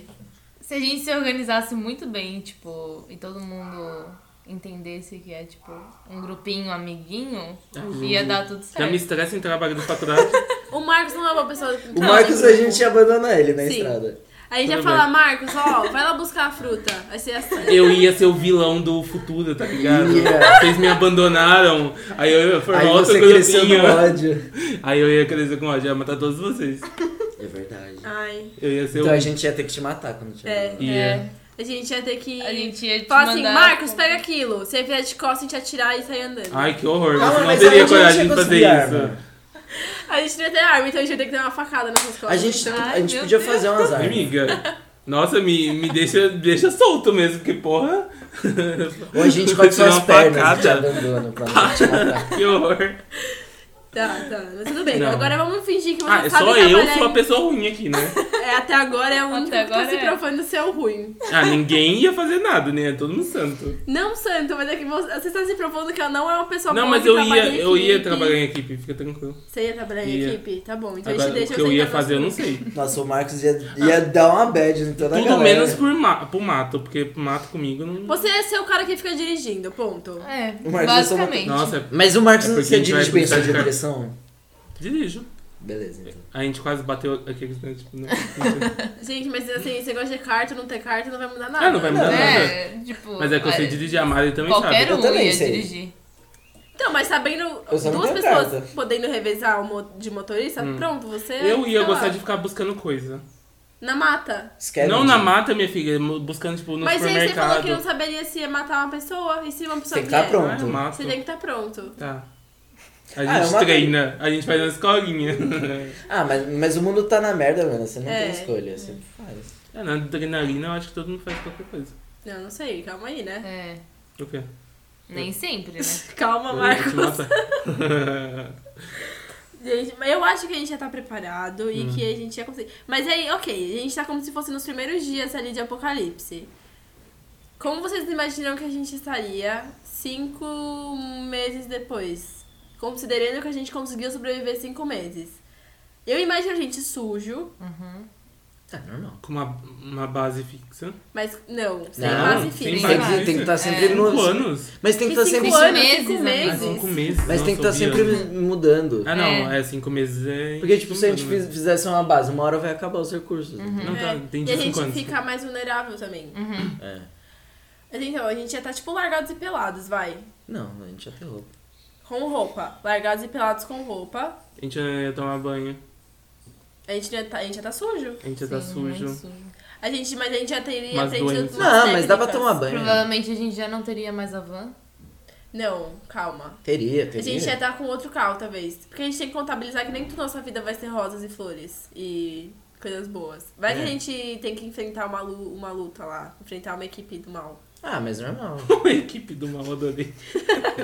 Se a gente se organizasse muito bem, tipo, e todo mundo entendesse que é, tipo, um grupinho, um amiguinho, Ah, Ai, ia gente. dar tudo É, certo. Já me estressa em trabalho da faculdade. O Marcos não é uma pessoa. O Marcos a gente ia abandonar ele na Sim. estrada. Aí já Tudo fala, Marcos, ó, vai lá buscar a fruta. assim. Aí você ia Eu ia ser o vilão do futuro, tá ligado? Ia. Vocês me abandonaram. Aí eu ia formar Aí outro você cresceu no grupinho. ódio. Aí eu ia crescer com ódio, ia matar todos vocês. É verdade. Ai. Eu ia ser Então o. a gente ia ter que te matar quando te É. abandonar. Ia. A gente ia ter que. A gente ia te Fala assim, mandar- Marcos, pega aquilo. Se ele vier de costas, a gente ia tirar e sair andando. Ai, que horror. Ah, Você não mas teria aonde a gente coragem de ia fazer conseguir arma? isso. A gente devia ter arma, então a gente ia ter que ter uma facada nessas costas. A gente, tá tá, Ai, a gente meu podia Deus. fazer um umas armas. Amiga, nossa, me, me deixa, deixa solto mesmo, que porra. Ou a gente Vai corta suas tirar uma pernas e te facada. abandona pra não te matar. Que horror. Tá, tá. Mas tudo bem. Não. Agora vamos fingir que você Ah, é sabe só eu trabalhar sou a em- pessoa ruim aqui, né? É, até agora é o único Até que agora tá se é. provando ser o ruim. Ah, ninguém ia fazer nada, né? Todo mundo santo. Não, Santo, mas é que você, você tá se provando que ela não é uma pessoa Não, boa mas que eu trabalha ia, em eu ia equipe. trabalhar em equipe, fica tranquilo. Você ia trabalhar em Ia. equipe? Tá bom, então a Agora, gente deixa o que eu você ia entrar no fazer, eu não assunto. sei. Nossa, o Marcos ia, ia dar uma bad em toda a Ah. Tudo galera. menos por ma pro mato, porque pro mato comigo não. Você é ser o cara que fica dirigindo, ponto. É, O Marcos é só uma- basicamente. Nossa, Mas o Marcos É não porque se a gente vai dirige bem sua puxar de cara. direção? dirijo. Beleza, então. A gente quase bateu aqueles. Né? Tipo, não. Gente, mas assim, você gosta de carta, não ter carta, não vai mudar nada. Ah, não vai mudar nada. É, tipo. Mas é que eu sei ah, dirigir, a Mari também Qualquer sabe. Eu um também ia sei. dirigir. Então, mas sabendo Eu só não duas tenho pessoas carta. podendo revezar o mo- de motorista, pronto, você. Hum. Eu ia um, sei gostar lá, de ficar buscando coisa. Na mata. Esquece. não na mata, minha filha, buscando, tipo, no mas aí você falou supermercado. que não saberia se ia matar uma pessoa e se uma pessoa Tem que tá vier. Ah, pronto. eu mato. Você tem que estar pronto. Tá. A Ah, eu gente matei. treina, a gente faz uma escolinha. Ah, mas, mas o mundo tá na merda, mano. Você não É. tem escolha. Você faz. é, na adrenalina eu acho que todo mundo faz qualquer coisa. Não, não sei, calma aí, né? É. O quê? Nem sempre, né? Calma, Eu ia te Marcos. matar. Gente, mas eu acho que a gente já tá preparado Hum. e que a gente ia conseguir. Mas aí, ok, a gente tá como se fosse nos primeiros dias ali de apocalipse. Como vocês imaginam que a gente estaria cinco meses depois? Considerando que a gente conseguiu sobreviver cinco meses. Eu imagino a gente sujo, Uhum. Tá normal. Com uma, uma base fixa. mas não, sem Não, sem base fixa. base Tem que, tem que estar sempre É. Cinco no. anos. Mas tem que Que estar cinco sempre. anos, anos, meses, cinco né? Ah, meses. cinco meses. Mas tem que estar nossa, eu sempre vi anos. mudando. Ah, não, É. é, cinco meses é. Porque, tipo, se a gente infinito, né? fiz- fizesse uma base, uma hora vai acabar os recursos. Não É, tá, entendi e a cinco gente anos. fica mais vulnerável também. Uhum. É. Mas então, a gente ia estar tipo largados e pelados, vai. Não, a gente é já tem roupa. Com roupa. Largados e pelados com roupa. A gente ia tomar banho, A gente ia tá, a gente ia tá sujo. a gente ia estar Sim, sujo. É. muito sujo. A gente, mas a gente já teria Mas aprendido doença. umas Não, mas dá pra técnicas. tomar banho. Provavelmente a gente já não teria mais a van. Não, calma. Teria, A teria. gente é- ia estar com outro carro, talvez. Porque a gente tem que contabilizar que nem toda nossa vida vai ser rosas e flores. E coisas boas. Vai que É. a gente tem que enfrentar uma, lu- uma luta lá. Enfrentar uma equipe do mal. Ah, mas normal. Uma equipe do mal, adorei.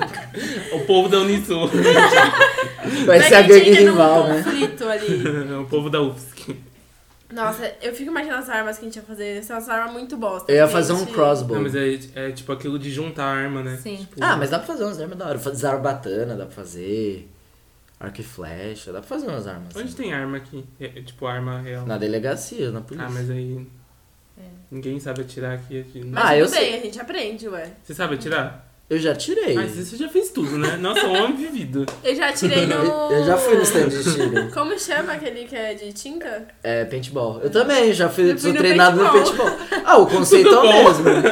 o povo da Unisul. Vai que ser a gente gangue entra num rival, né? conflito ali. o povo da Tá UFSC. Nossa, eu fico imaginando as armas que a gente ia fazer. Essas armas muito bosta. Eu ia fazer um gente. crossbow. Não, mas é, é tipo aquilo de juntar arma, né? Sim. Tipo, Ah, mas dá pra fazer umas armas da hora. Fazer Zarbatana, dá pra fazer. Arco e flecha, dá pra fazer umas armas. Onde assim. tem arma aqui? É, é, tipo, arma real. Na delegacia, na polícia. Ah, mas aí. É. Ninguém sabe atirar aqui. aqui. Mas Ah, tudo eu bem, sei. a gente aprende, ué. Você sabe atirar? Eu já tirei. Mas isso eu já fez tudo, né? Nossa, um homem vivido. Eu já tirei no. Eu, eu já fui no stand de tiro. Como chama aquele que é de tinta? É, paintball. Eu também já fui, Eu fui sou no treinado paintball. no paintball. Ah, o conceito é o Tudo bom. mesmo.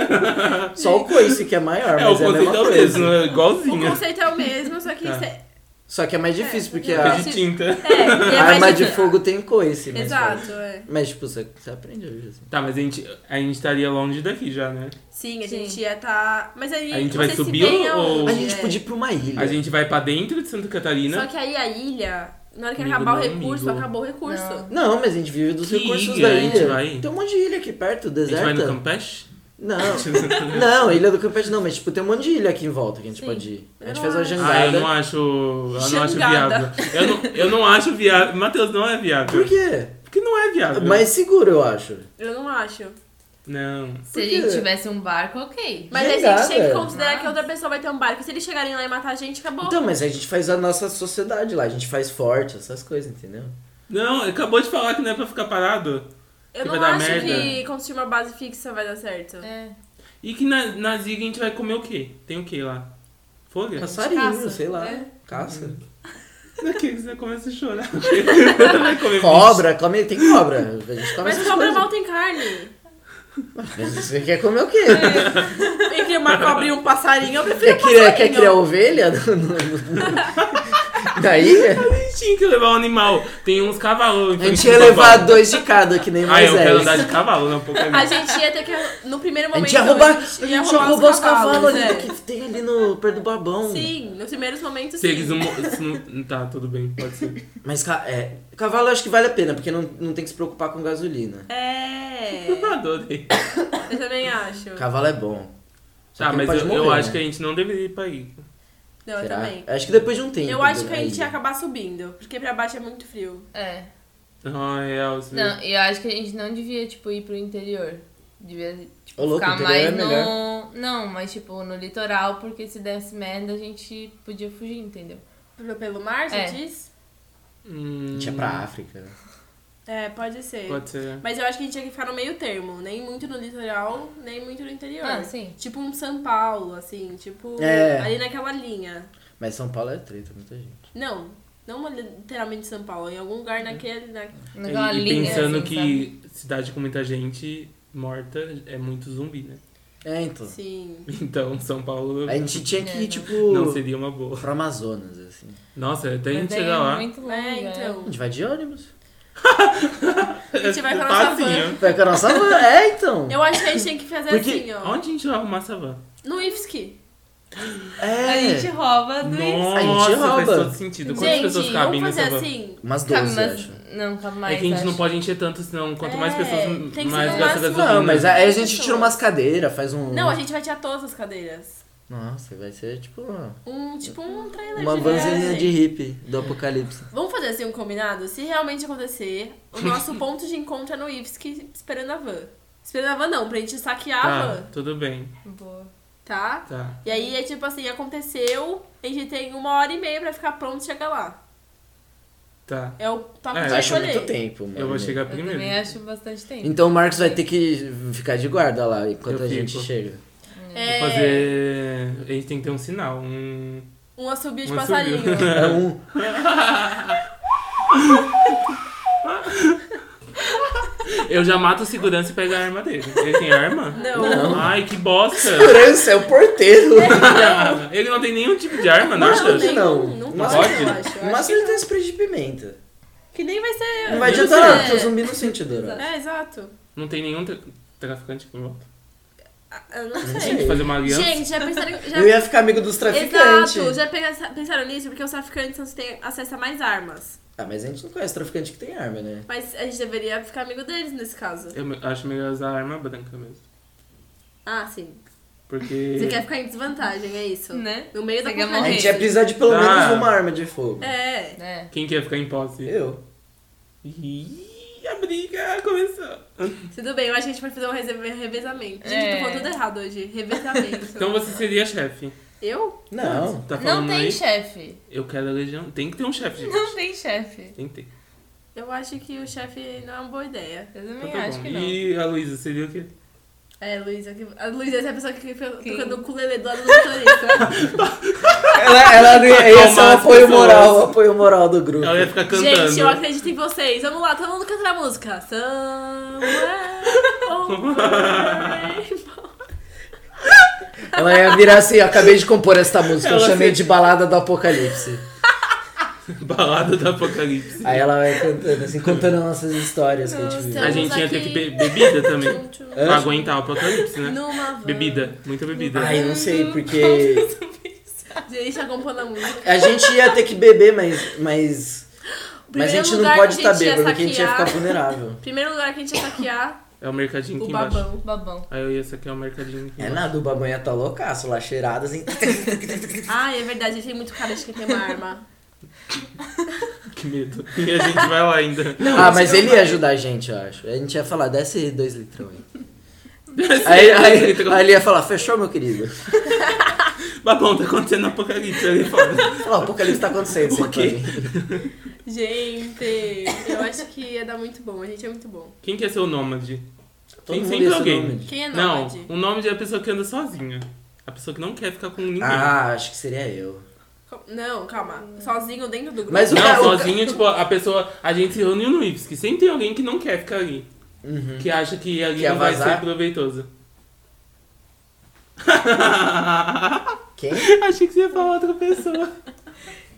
Só o coice que é maior, É, o mas é a conceito mesma é o coisa. mesmo, é O igualzinho. conceito é o mesmo, só que. Tá. cê- É, Só que é mais difícil, porque é. É assim? de a, tinta. e é a mais Ah, arma de difícil. fogo tem coice. mas- Exato, é. Mas, tipo, você, você aprende hoje, assim. Tá, mas a gente, a gente estaria longe daqui já, né? Sim, a Sim. gente ia tá. Mas aí. A gente vocês vai se subir veem ou- aonde? A gente É. podia ir pra uma ilha. A gente vai pra dentro de Santa Só Catarina. que aí a ilha, na hora que né? Amigo, acabar o não, recurso, amigo. acabou o recurso. Não. Não, mas a gente vive dos Que recursos ilha? da A gente ilha. vai? Tem um monte de ilha aqui A perto, gente vai deserta. no Campeche? Não. Não, Ilha do Campeche não, mas tipo, tem um monte de ilha aqui em volta que a gente Sim. pode ir. A gente Eu faz uma acho. Ah, eu jangada. não acho. Eu não acho Jangada. viável. Eu não, eu não acho viável. Matheus não é viável. Por quê? Porque não é viável. Mais seguro, eu acho. Eu não acho. Não. Se Por a quê? gente tivesse um barco, ok. Mas aí a Jangada. gente tem que considerar que Mas- outra pessoa vai ter um barco. Se eles chegarem lá e matar a gente, acabou. Então, mas a gente faz a nossa sociedade lá, a gente faz forte, essas coisas, entendeu? Não, acabou de falar que não é pra ficar parado. eu que não vai dar acho merda. que construir uma base fixa vai dar certo. É. E que na, na ziga a gente vai comer o quê? Tem o quê lá? Folha? Passarinho, caça, sei lá. né? Caça. Daqui você começa a chorar. Vai comer Cobra, come, tem cobra. A gente come Mas essas cobra coisas. mal tem carne. Mas você quer comer o quê? Entre uma cobra e um passarinho, eu prefiro Quer criar, passarinho. quer criar ovelha? Não, não, não. Na ilha? A gente tinha que levar um animal. Tem uns cavalos. em A frente gente ia do levar Bobal. dois é de cada, que nem Ah, eu quero andar Moisés. de cavalo, não, pouco é A gente ia ter que. No primeiro A momento. gente ia roubar, a gente ia roubar os cavalos né? ali que tem ali no perto do babão. Sim, nos primeiros momentos. Se eles Sim. não. se não- Tá, tudo bem, pode ser. Mas ca- é, cavalo eu acho que vale a pena, porque não, não tem que se preocupar com gasolina. É. Adorei. Eu também acho. Cavalo é bom. Só Tá, que ele mas pode eu, morrer, eu acho né? que a gente não deveria ir pra ilha. Não, eu Será? também. Acho que depois de um tempo. Eu acho que a aí. gente ia acabar subindo, porque pra baixo é muito frio. É. Ah, é, os- Não, eu acho que a gente não devia, tipo, ir pro interior. Devia, tipo, Ô, louco, ficar o interior é mais melhor. no. Não, mas tipo, no litoral, porque se desse merda, a gente podia fugir, entendeu? Pelo, pelo mar, você É. diz? Hum, A gente ia pra África. É, pode ser. Pode ser. Mas eu acho que a gente tinha que ficar no meio termo. Nem muito no litoral, nem muito no interior. Ah, sim. Tipo um São Paulo, assim. Tipo, É. ali naquela linha. Mas São Paulo é treta, muita gente. Não, não literalmente São Paulo. Em algum lugar naquele... Na... Naquela e, e linha. pensando assim, que sabe? cidade com muita gente morta é muito zumbi, né? É, então. Sim. Então, São Paulo A gente tinha que ir, É, tipo, né? não seria uma boa. pro Amazonas, assim. Nossa, até a gente Mas daí chegar é lá. Muito longe, É, A então. Tipo, gente vai de ônibus. A gente vai pra nossa van. Facinho. Vai com a nossa van. É, então. Eu acho que a gente tem que fazer Porque- assim, ó. Onde a gente vai arrumar essa van? No IFSC. A É. gente rouba do Nossa, A faz gente rouba. todo sentido. Quantas pessoas Tá Gente, cabem vamos nessa fazer van? assim. Umas Cabe 12, mais- acho. Não, cabe É mais. que a gente não acho. pode encher tanto, senão quanto mais É, pessoas, tem que ser mais gasta no máximo- gasolina. Não, mas aí a gente Pessoas. tira umas cadeiras, faz um. Não, a gente vai tirar todas as cadeiras. Nossa, vai ser tipo uma, Um, tipo um trailer uma de vanzinha viagem. de hippie do apocalipse. Vamos fazer assim um combinado? Se realmente acontecer, o nosso ponto de encontro é no IFSC esperando a van. Esperando a van não, pra gente saquear a Tá, van, tudo bem. Boa. tá? Tá. E aí é tipo assim, aconteceu, a gente tem uma hora e meia pra ficar pronto e chegar lá. Tá. É o papo É, de Eu acho escolher. muito tempo, mano. Eu vou chegar Eu primeiro. também acho bastante tempo. Então o Marcos vai ter que ficar de guarda lá enquanto Eu a gente fico. chega. É, Fazer. A gente tem que ter um sinal. Um. um assobio de um passarinho. assobio. É um. Eu já mato o segurança e pego a arma dele. Ele tem arma? Não. Ai, que bosta! Segurança, é o porteiro. Ele não tem nenhum tipo de arma, não, Não, Xuxa? que não. Não Mas pode, pode? eu acho. É. Eu No acho máximo ele tem um spray de pimenta. que nem vai ser... Não vai Não adiantar sei. nada, porque um o zumbi não sente dor. ó. É, exato. Não tem nenhum tra- traficante por volta. Ah, Eu não Não Tem sei. que fazer uma aliança. Gente, já pensaram... Já... Eu ia ficar amigo dos traficantes. Exato, já pensa- pensaram nisso? Porque os traficantes são os que têm acesso a mais armas. Ah, mas a gente não conhece traficante que tem arma, né? Mas a gente deveria ficar amigo deles nesse caso. Eu me- acho melhor usar a arma branca mesmo. Ah, sim. Porque. Você quer ficar em desvantagem, é isso? Né? No meio da Você quer A morrer. conferência. gente é ia precisar de pelo Tá. menos uma arma de fogo. É. É. Quem quer ficar em posse? Eu. Ih, a briga começou. Tudo bem, eu acho que a gente pode fazer um reve- revezamento. Gente, eu É. tô falando tudo errado hoje. Revezamento. Então você seria chefe. Eu? Não. Tá falando Não tem aí? chefe. Eu quero a legião. Tem que ter um chefe, gente. Não tem chefe. Tem que ter. Eu acho que o chefe não é uma boa ideia. Eu Então também tá acho bom. que não. E a Luísa seria o quê? É, Luísa. que- A Luísa é a pessoa que fica Quem? tocando o ukulele do lado do motorista. Ela, ela não ia, ia ser o Acalmar as apoio pessoas. moral, o apoio moral do grupo. Ela ia ficar cantando. gente, eu acredito em vocês. Vamos lá, todo mundo cantar a música. Somewhere over- Ela ia virar assim, eu acabei de compor esta música, eu Ela chamei se- de balada do apocalipse. Balada do Apocalipse. Aí ela vai cantando, assim, contando nossas histórias Então, que a gente viu. A Estamos gente ia ter aqui. que be bebida também. Tchum, tchum. Hã? pra aguentar o apocalipse, né? Numa van. Bebida, muita bebida. Ai, eu não sei, porque Gente, já compondo a música. a gente ia ter que beber, mas, mas, É, mas a Primeiro gente não lugar pode que a estar gente ia bêbado, porque a gente ia saquear. ficar vulnerável. Primeiro lugar que a gente ia saquear, É o mercadinho o aqui embaixo. babão. Babão. Aí eu ia saquear o mercadinho aqui É embaixo. nada, o babão ia tá loucaço lá, cheirado, assim. Ah, é verdade, ele tem muito cara de quem tem uma arma. Que medo. E a gente vai lá ainda. ah, mas ele ia ajudar a gente, eu acho. A gente ia falar, desce dois litrão aí. Aí, aí- aí ele ia falar, fechou, meu querido? Babão, tá acontecendo apocalipse ali fora. Falar, o apocalipse tá acontecendo. O assim, quê? pra mim." Gente, eu acho que ia dar muito bom, a gente é muito bom. Quem quer ser o nômade? Todo mundo sempre ia um ser alguém. nômade. Quem é Não, nômade? o nômade é a pessoa que anda sozinha. A pessoa que não quer ficar com ninguém. Ah, acho que seria eu. Co- Não, calma. Sozinho dentro do grupo. Mas o- Não, cara- sozinha, tipo, a pessoa. A gente se reuniu no Ips, que sempre tem alguém que não quer ficar ali. Uhum. Que acha que ali Quer não vai vazar? ser proveitoso. Quem? Achei que você ia falar outra pessoa.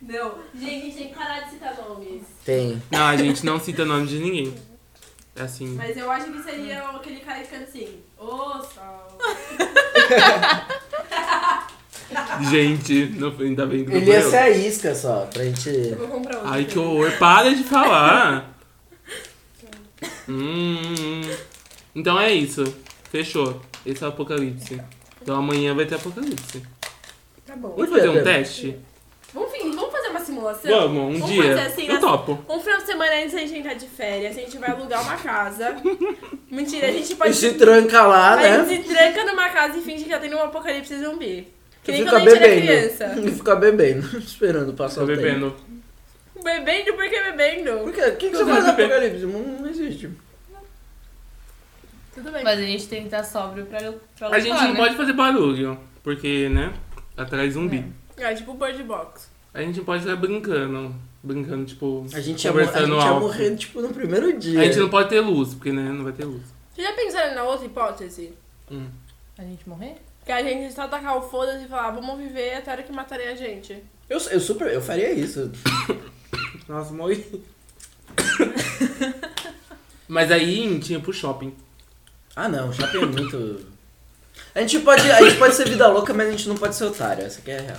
Não. Gente, a gente tem que parar de citar nomes. Tem. Não, a gente não cita nome de ninguém. Assim. Mas eu acho que seria aquele cara que canta assim. Ô, sol. tá. Gente, não, ainda bem que não Ele ia foi ser eu. a isca só, pra gente. Vou comprar outro. Ai, tipo, que horror. Para de falar. Hum. Então é isso. Fechou. Esse é o apocalipse. Então amanhã vai ter apocalipse. Tá bom. Vamos fazer um Entendeu? teste? Vamos, fingir- vamos fazer uma simulação? Vamos, um Então, Vamos dia. fazer assim, eu assim. topo. Um final de semana antes a gente entrar de férias, a gente vai alugar uma casa. Mentira, a gente E pode. se tranca lá, a gente né? se tranca numa casa e finge que tá tendo um apocalipse zumbi. Que E nem fica quando a gente tá bebendo. era criança. E fica bebendo, esperando passar Tô o tempo. bebendo. Bebendo porque bebendo. Por quê? O que, que você Tô faz no bebendo. apocalipse? Não, não existe. Tudo bem. Mas a gente tem que estar sóbrio pra, pra A gente lutar, não né? pode fazer barulho, porque, né? Atrás zumbi. É tipo Bird Box. A gente pode ficar brincando. Brincando, tipo. A gente ia, mo- a conversando gente ia alto. morrer, tipo, no primeiro dia. A gente não pode ter luz, porque, né? Não vai ter luz. Vocês já pensaram na outra hipótese? Hum. A gente morrer? Que a gente só tacar o foda-se e falar, vamos viver até a hora que matarem a gente. eu, eu super, eu faria isso. Nossa, morri. Mas aí a gente ia pro shopping. Ah não, shopping é muito... A gente, pode, a gente pode ser vida louca, mas a gente não pode ser otário, essa aqui é a real.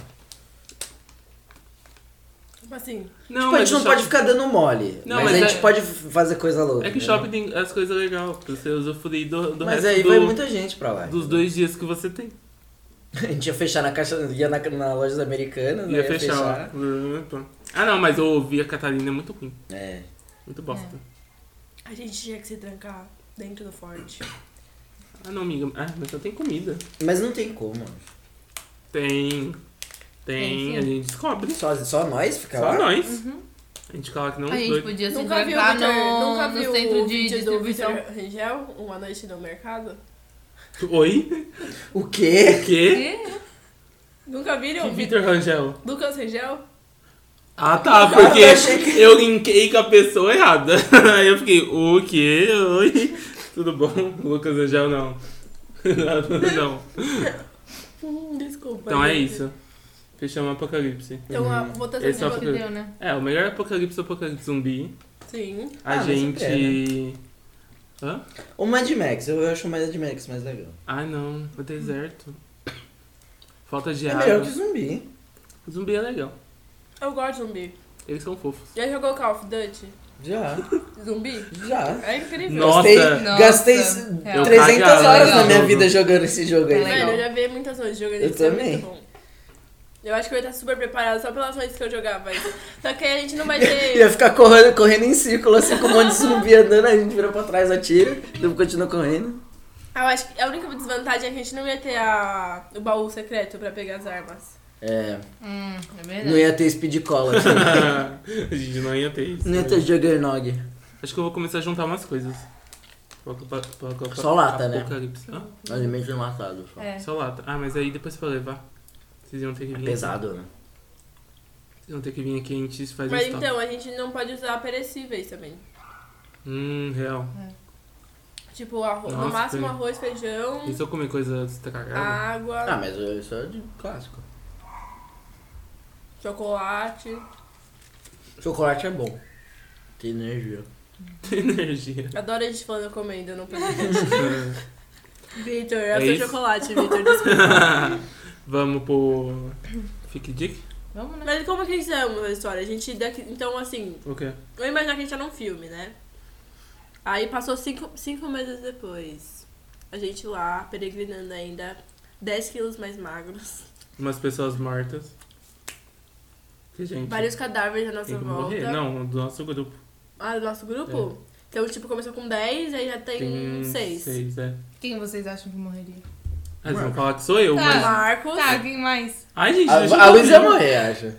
Tipo assim. Não, Tipo, a gente o não pode shopping- ficar dando mole, Não, mas, mas a é- gente pode f- fazer coisa louca. É que né? shopping tem as coisas legais, pra você usufruir do, do Mas resto aí do- vai muita gente pra lá. dos dois dias que você tem. A gente ia fechar na caixa, ia na, na lojas americanas, né? Ia fechar lá. Ah, não, mas eu ouvi a Catarina, é muito ruim. É. Muito bosta. A gente tinha que se trancar dentro do forte. Ah, não, amiga. Ah, mas só tem comida. Mas não tem como. Tem. Tem, Tem, sim. a gente descobre. Só, só nós ficar Só lá? nós. A gente cala que não a os gente dois. podia se Nunca viu o trancar Vitor- no, nunca no viu centro o de vídeo do distribuição. Vitor Rangel, Uma Noite no Mercado? Oi? O quê? O quê? Quê? Nunca viram Que o Vitor Vitor Rangel? Lucas Rangel? Ah, tá, porque eu linkei com a pessoa errada. Aí eu fiquei, o quê? Oi? Tudo bom? Lucas Rangel, não. não. Hum, desculpa. Então é gente. isso. Fechamos o apocalipse. Então a votação Esse é o de futuro. vocês. Que deu, né? É, o melhor apocalipse é o apocalipse zumbi. Sim. A Ah, mas né? gente. Hã? O Mad Max, eu acho o Mad Max mais legal. Ai não, o deserto. Falta de É melhor água. que zumbi. O zumbi é legal. Eu gosto de zumbi. Eles são fofos. Já jogou Call of Duty? Já. Zumbi? Já. É incrível. Nossa. Gastei, Nossa. gastei Real. 300 Eu cagava horas na jogando. minha vida jogando esse jogo aí. É legal. Velho, eu já vi muitas noites jogando Eu isso, é também. muito bom. Eu acho que eu ia estar super preparada só pelas noites que eu jogava. isso. Só que aí a gente não vai Ia ter. ficar correndo, correndo em círculo, assim, com um monte de zumbi andando, a gente vira pra trás, atira, depois continua correndo. Eu acho que a única desvantagem é que a gente não ia ter a... o baú secreto pra pegar as armas. É, Hum, é verdade. não ia ter speed cola, assim. a gente não ia ter isso. né? não ia ter juggernog. Acho que eu vou começar a juntar umas coisas. Coloca- pa- coloca- Só lata, né? Apocalipse. Hã? Alimento enlatado um só. É. Só lata. Ah, mas aí depois pra levar. Vocês iam ter que É vir. pesado, né? aqui. Vocês iam ter que vir aqui e a gente faz um Mas stop. então, a gente não pode usar perecíveis também. Hum, real. Tipo, arro... no Nossa, é máximo tem- arroz, feijão, E se eu comer coisa tá estragada? água, Ah, mas isso é de clássico. chocolate. Chocolate é bom. Tem energia. Tem energia. Adoro a gente falando comendo, eu não pergunto. Vitor, é o seu isso? chocolate, Vitor, desculpa. Vamos pro. Fique dick? Vamos, né? Mas como que a gente ama a história? A gente daqui. Então, assim, O quê? Eu imaginar que a gente tá num filme, né? Aí passou cinco, cinco meses depois. A gente lá, peregrinando ainda, 10 quilos mais magros. Umas pessoas mortas. Que gente. Vários cadáveres à nossa tem que volta. morrer. Não, do nosso grupo. Ah, do nosso grupo? Então, tipo, começou com 10, aí já tem 6. Seis, é. Quem vocês acham que morreria? Ah, Eles vão falar que sou eu, Tá. mas. Marcos, Tá, quem mais? Ai, gente, deixa eu A, a Luísa é ia ver. morrer, acho.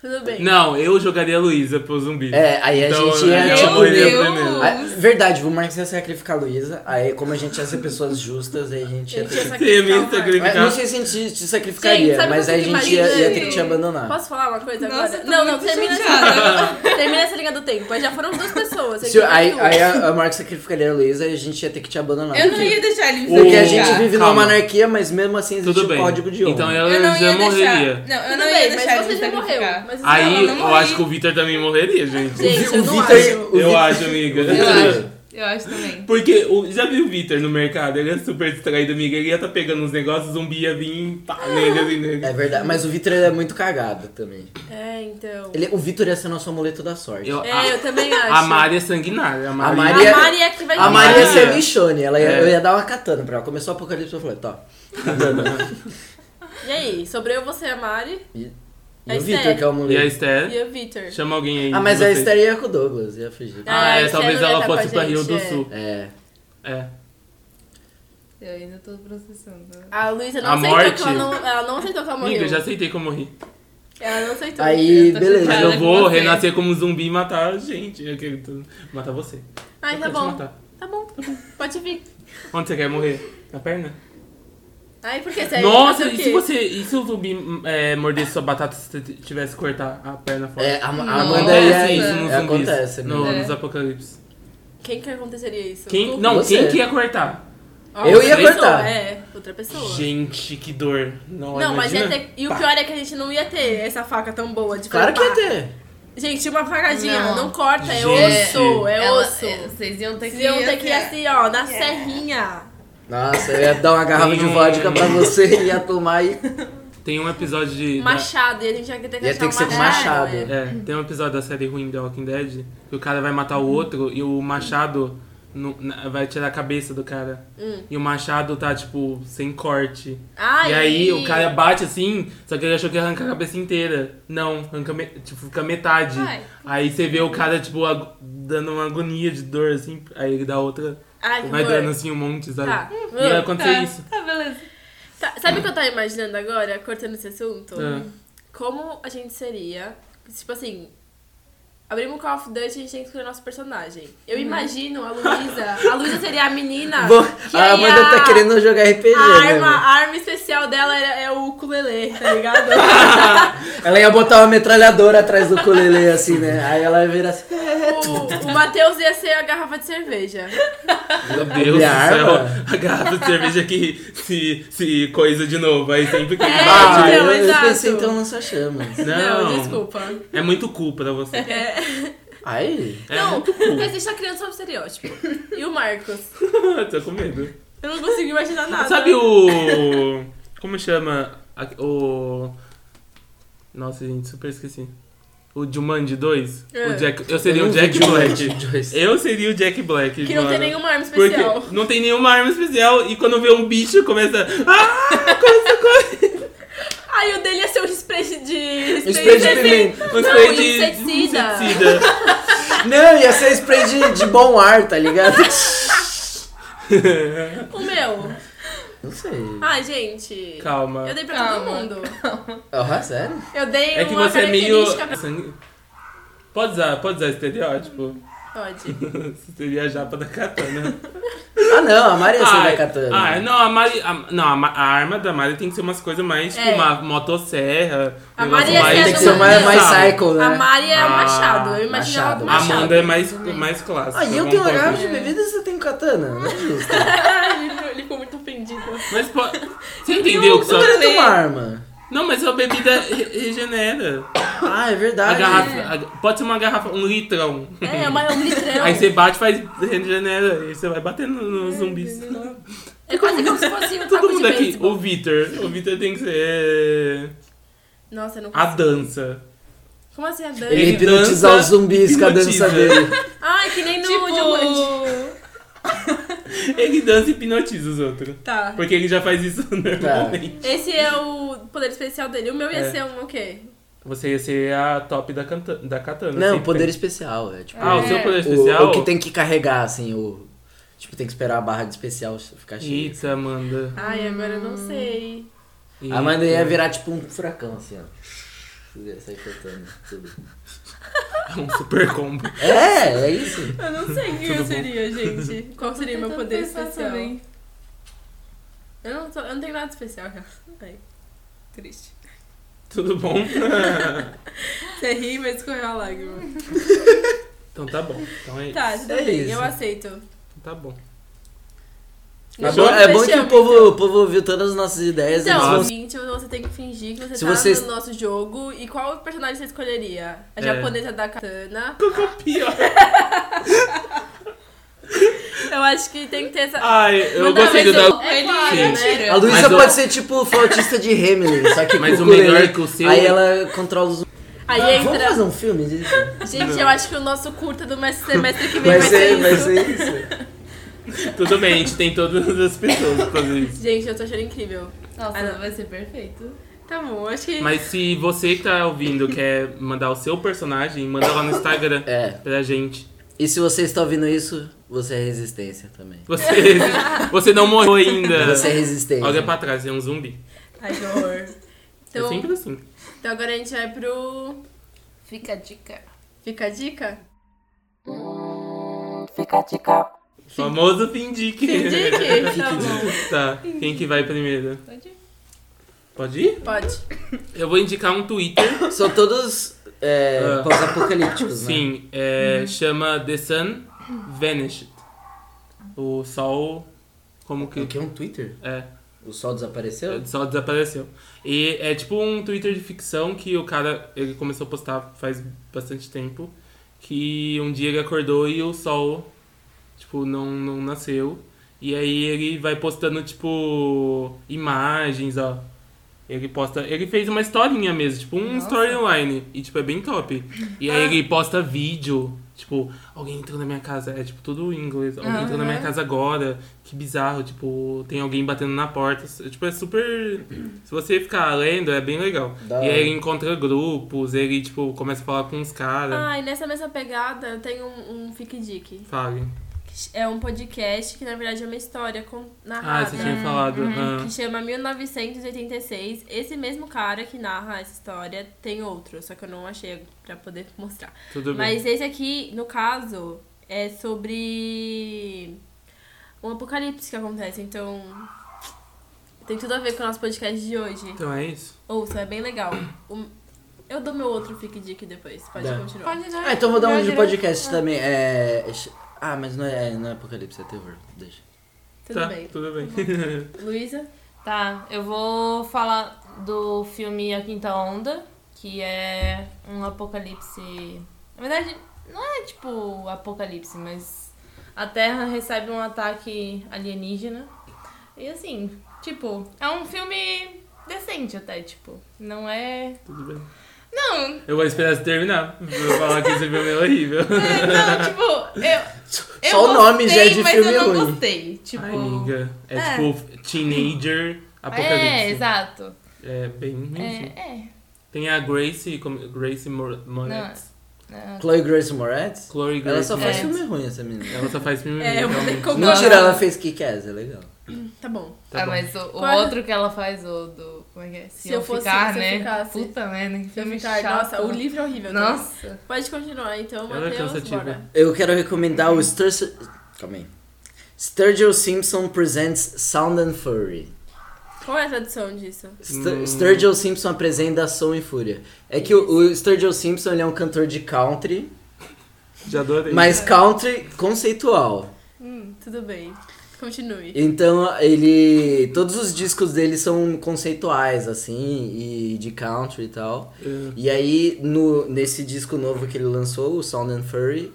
tudo bem. Não, eu jogaria a Luísa pro zumbi. É, aí a Então, gente ia, eu Meu tipo... morreria Deus! primeiro. Ah, verdade, o Marcos ia sacrificar a Luísa. Aí, como a gente ia ser pessoas justas, aí a gente A ia gente Você ia ter. ia sacrificar me o Marcos. sacrificar. Mas É, não sei se a gente te sacrificaria, Gente, sabe mas o que aí a que gente ia, imagina? ia ter que te abandonar. Posso falar uma coisa Nossa, agora? tô Não, não, muito termina chateada. essa, termina essa linha do tempo. Aí já foram duas pessoas. você Se, ganha aí tudo. aí a, a Mark sacrificaria a Luísa e a gente ia ter que te abandonar. Eu não ia deixar ele me Porque a O- gente vive Calma. numa anarquia, mas mesmo assim existe Tudo o bem. código de honra. Então ela Eu não já ia morreria. deixar. Não, eu Tudo não ia bem, mas deixar ele você me já morreu. sacrificar. Mas Aí Não, eu eu não acho morri. que o Victor também morreria, gente. Gente, eu o não Vitor- acho. o Eu Vitor- acho, amiga. Eu acho. Eu acho também. Porque o- já viu o Vitor no mercado? Ele é super distraído, amiga. Ele ia tá pegando uns negócios, zumbi ia vir pá, nele, assim, nele. É verdade, mas o Vitor ele é muito cagado também. É, então. Ele, o Vitor ia ser nosso amuleto da sorte. Eu- a, É, eu também acho. a Mari é sanguinária. A Mari, A A Mari- Mari é que vai A A Maria ia Maria. ser lixone, ela ia, É. eu ia dar uma katana pra ela. Começou o apocalipse, eu falei, tá. E aí, sobre eu, você, a Mari E A o Vitor, Esther. que E é o a amuleto. e Esther? eu, Vitor. Chama alguém aí. Ah, mas de a vocês. Esther ia com o Douglas, ia fugir. Ah, É, a é, Esther talvez não ia ela tá com a fosse pra Rio gente, do é. Sul. É. É. Eu ainda tô processando. A Luísa não A aceitou morte? que ela não, ela não aceitou que ela morreu. Amiga, eu já aceitei que eu morri. Ela não aceitou. Aí, tô beleza. Mas Cara, eu vou com você. renascer como um zumbi e matar a gente. Eu quero tu- matar você. Ai, Eu tá quero te bom. matar. Tá bom, tá bom. Pode vir. Onde você quer morrer? Na perna? Ai, por que você Nossa, fazer o e quê? se você. E se o zumbi é, mordesse sua batata se você t- tivesse que cortar a perna fora? Ah, É, a, a Nossa. Amanda ia. Acontece isso nos é, zumbis. acontece, né? no, É. Nos apocalipse. Quem que aconteceria isso? Quem, Tu? não, Você. quem que ia cortar? Ah, Eu outra ia pessoa, cortar. É, outra pessoa. Gente, que dor. Não, Não, mas ia imagina. ter. E o pior é que a gente não ia ter essa faca tão boa de Claro que ia cortar. ter. Gente, uma facadinha, não, Não. corta, é Gente. osso, é Ela- osso. é, Vocês iam ter que Vocês iam ter que ir até- assim, ó, na serrinha. Nossa, eu ia dar uma garrafa de Hum. vodka pra você e ia tomar e. Tem um episódio de. da- Machado, e a gente ia ter que Ia achar ter um que ser com machado. é. É, tem um episódio da série ruim The Walking Dead que o cara vai matar o outro e o machado no- na- vai tirar a cabeça do cara. Hum. E o machado tá, tipo, sem corte. Ai, e aí o cara bate assim, só que ele achou que ia arrancar a cabeça inteira. Não, arranca me- tipo, fica metade. Ai. Aí você vê o cara, tipo, ag- dando uma agonia de dor, assim, aí ele dá outra. Ai, que Vai horror. dando assim um monte, sabe? Tá. E vai acontecer Tá, isso. Tá, beleza. Tá, Sabe o que eu tava imaginando agora, cortando esse assunto? É. Como a gente seria. Tipo assim. Abrimos o Call of Duty e a gente tem que escolher nosso personagem. Uhum. Eu imagino a Luísa. A Luísa seria a menina. Bom, que Ah, aí a Amanda tá querendo jogar RPG, A arma, né? a arma especial dela era, é o ukulele, tá ligado? mano? Ela ia botar uma metralhadora atrás do colelê, assim, né? Aí ela ia virar assim. o, o Matheus ia ser a garrafa de cerveja. Meu Deus do E a céu. arma? A garrafa de cerveja que se, se coisa de novo. Aí sempre que ele É, bate. Ah, então, eu, eu exato. pensei então lança chamas. Não, desculpa. É muito cu pra você. É, Aí. não, muito cu. mas a gente tá criando só um estereótipo. E o Marcos? Tô com medo. Eu não consigo imaginar nada. Sabe o. Como chama? A- O. Nossa, gente, super esqueci. O Jumanji 2? É. O Jack... Eu seria o não Jack vi Black. Joyce. Eu seria o Jack Black. Que não tem mano. nenhuma arma Porque especial. não tem nenhuma arma especial e quando vê um bicho começa. Ah! Ai, o dele ia ser um spray de. Um spray de pimenta. Um Não, é spray de um inseticida. inseticida. Não, ia ser um spray de, de bom ar, tá ligado? O meu. Não sei. Ai, gente. Calma. Eu dei pra todo Calma. mundo. Ah, sério? Eu dei É que uma você é meio. característica. sangue- Pode usar, pode usar estereótipo. Pode. Você seria a japa da katana. Ah, não, a Maria ia ser Ai, da katana. ai, não, a Mari. a- não, a, Ma- a arma da Mari tem que ser umas coisas mais, tipo, É. uma motosserra. A um Mari negócio é mais- Tem que ser do- mais, mais Sabe? psycho, né? A Mari é o Ah, Machado. Eu imagino ela com Machado. A Machado. Amanda é mais, mais clássica. Ah, e eu vamos tenho uma pôr garrafa assim. de bebida e você tem katana? Não é justo. Ai, ele, ficou- ele ficou muito ofendido. Mas po- Você entendeu que só. Eu queria ter uma arma. Não, mas a bebida re- regenera. Ah, é A verdade. garrafa. a- Pode ser uma garrafa, um litrão. É, é uma- é um litrão. Aí você bate, faz regenera. E você vai batendo nos zumbis. É quase como se fosse um Todo taco de mundo aqui, beisebol. o Vitor. O Vitor tem que ser. é, Nossa, eu não A consigo. dança. Como assim a dança? Ele Ele hipnotiza dança, os zumbis com a dança hipnotiza. dele. Ai, que nem um no Diamante. Tipo... Ele dança e hipnotiza os outros. Tá. Porque ele já faz isso normalmente. Esse é o poder especial dele. O meu ia É. ser um o quê? Você ia ser a top da, canta- da katana. Não, sempre. poder especial. É tipo. Ah, o seu poder o- especial? O, que tem que carregar, assim, o. Tipo, tem que esperar a barra de especial ficar cheia. Eita, Amanda. Ai, agora eu não sei. Eita. A Amanda ia virar tipo um furacão, assim, ó. Ia sair cortando tudo. É um super combo. É, é isso. Eu não sei quem Tudo eu bom. seria, gente. Qual seria meu poder especial? Também. Eu não, sou- eu não tenho nada especial, cara. Ai, triste. Tudo bom? Você ri, mas escorreu a lágrima. Então tá bom. Então é, Tá, isso. tudo É bem, isso. eu aceito. Tá bom. É Fechou? bom, é bom que Fechamos, o povo, o povo ouviu todas as nossas ideias. eles Então, vão- Nossa. seguinte, você tem que fingir que você Se tá vocês- no nosso jogo. E qual personagem você escolheria? A É. japonesa da katana. Pior. Eu acho que tem que ter essa. Ai, eu Não, gostei mas do eu- da. Ele- é Ele né? A Luísa Mas o- pode ser tipo flautista de Hamilton, só que Mas com o melhor ukulele. que o seu- é Aí ela controla os. Ah, Aí Vamos entra. fazer um filme disso? Gente, eu acho que o nosso curta do mes- semestre que vem vai, Vai é, ser, isso. vai ser isso. Tudo bem, a gente tem todas as pessoas pra fazer isso. Gente, eu tô achando incrível. Nossa, Ah, não. vai ser perfeito. Tá bom, acho que. Mas se você que tá ouvindo quer mandar o seu personagem, manda lá no Instagram É. pra gente. E se você está ouvindo isso, você é resistência também. Você, você não morreu ainda. Você é resistência. Olha pra trás, é um zumbi. Ai, que horror. É Então, sempre assim. então agora a gente vai pro. Fica a dica. Fica a dica? Fica a dica. Famoso Findique. Findique, tá tá, quem que vai primeiro? Pode ir. Pode ir? Pode. Eu vou indicar um Twitter. São todos é, Ah. pós-apocalípticos, né? Sim, é, chama The Sun Vanished. O sol... Como que... O que é um Twitter? É, O sol desapareceu? É, Só desapareceu. E é tipo um Twitter de ficção que o cara ele começou a postar faz bastante tempo. Que um dia ele acordou e o sol, tipo, não, não nasceu. E aí ele vai postando, tipo, imagens, ó. Ele posta. Ele fez uma historinha mesmo, tipo, um Nossa. Ah. storyline. E, tipo, é bem top. E aí ele posta vídeo. Tipo, alguém entrou na minha casa. É tipo tudo em inglês. Alguém entrou na minha Aham. casa agora. Que bizarro. Tipo, tem alguém batendo na porta. Tipo, é super. Se você ficar lendo, é bem legal. Da E aí hora. ele encontra grupos, ele, tipo, começa a falar com os caras. Ah, e nessa mesma pegada eu tenho um, um Fique Dique. Fale. que É um podcast que na verdade é uma história com- Ah, narrada. você tinha falado. ah. que chama 1986. Esse mesmo cara que narra essa história tem outro, só que eu não achei pra poder mostrar. Tudo bem. Mas esse aqui, no caso, é sobre um apocalipse que acontece, então tem tudo a ver com o nosso podcast de hoje. Então é isso. Ouça, é bem legal. O- Eu dou meu outro fique dick depois, pode Dá. continuar. Pode dar. Ah, então vou dar um Vai de né? direto. podcast também. É... Ah, mas não é, não é apocalipse, é terror. Deixa. Tudo tá, bem. tudo bem. Luísa? Tá, eu vou falar do filme A Quinta Onda, que é um apocalipse. Na verdade, não é tipo apocalipse, mas a Terra recebe um ataque alienígena. E assim, tipo, é um filme decente até, tipo. Não é. tudo bem. Não, Eu vou esperar você terminar. Vou falar que esse filme é horrível. é, não, tipo, eu. eu Só o nome já é de mas filme eu não ruim. gostei. Tipo. Ai, amiga. É, É. tipo teenager apocalipse. é, exato. É bem ruim. É, é. Tem a Grace, como- Grace Mor- Moretz. Não, Chloe Grace Moretz? Chloe Grace Ela só faz Moretz. É. filme ruim, essa menina. Ela só faz filme É, eu vou ter que realmente. concordar. Mentira, ela fez Kick-Ass, é legal. Tá bom. Tá ah, bom. mas o, o Qual é? outro que ela faz, o do. Como é que é? Se, Se eu, eu fosse- ficar, se eu né? ficasse. Puta merda, que filme Ficar- chato. Nossa, o livro é horrível. tá? Nossa. Pode continuar, então, Ela é Matheus, cansativa. bora. Eu quero recomendar o Sturgill... Calma aí. Sturgill Simpson Presents Sound and Fury. Qual é a tradução disso? Stur- Hum. Sturgill Simpson apresenta Som e Fúria. É que o, o Sturgill Simpson ele é um cantor de country, Já adorei. mas country conceitual. Tudo bem. Continue. Então ele. Todos os discos dele são conceituais, assim, e de country e tal. É. E aí, no, nesse disco novo que ele lançou, o Sound and Fury,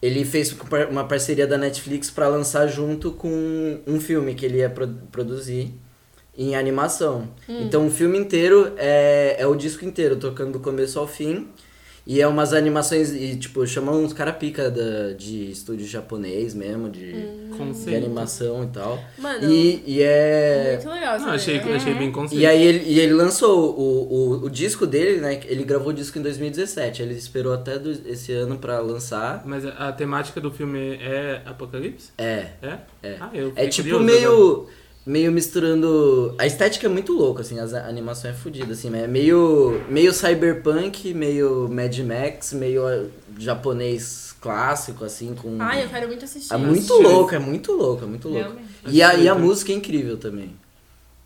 ele fez com par- uma parceria da Netflix pra lançar junto com um filme que ele ia pro- produzir em animação. Então o filme inteiro é, é o disco inteiro, tocando do começo ao fim. E é umas animações, e tipo, chamam uns cara pica da- de estúdio japonês mesmo, de, Hum. de Conceito. animação e tal. Mano, E, e é. muito legal essa Não, achei, ideia. achei bem conceito. E aí ele, e ele lançou o, o, o disco dele, né? Ele gravou o disco em 2017. Ele esperou até do- esse ano pra lançar. Mas a, a temática do filme é apocalipse? É. É? É. Ah, eu É fiquei tipo curioso agora. meio. Meio misturando. A estética é muito louca, assim, as a animação é fodida, assim, mas é meio. meio cyberpunk, meio Mad Max, meio ah, japonês clássico, assim, com. Ai, eu quero muito assistir. É muito louco, é muito louco, é muito louco. Realmente. E a, e a música é incrível também.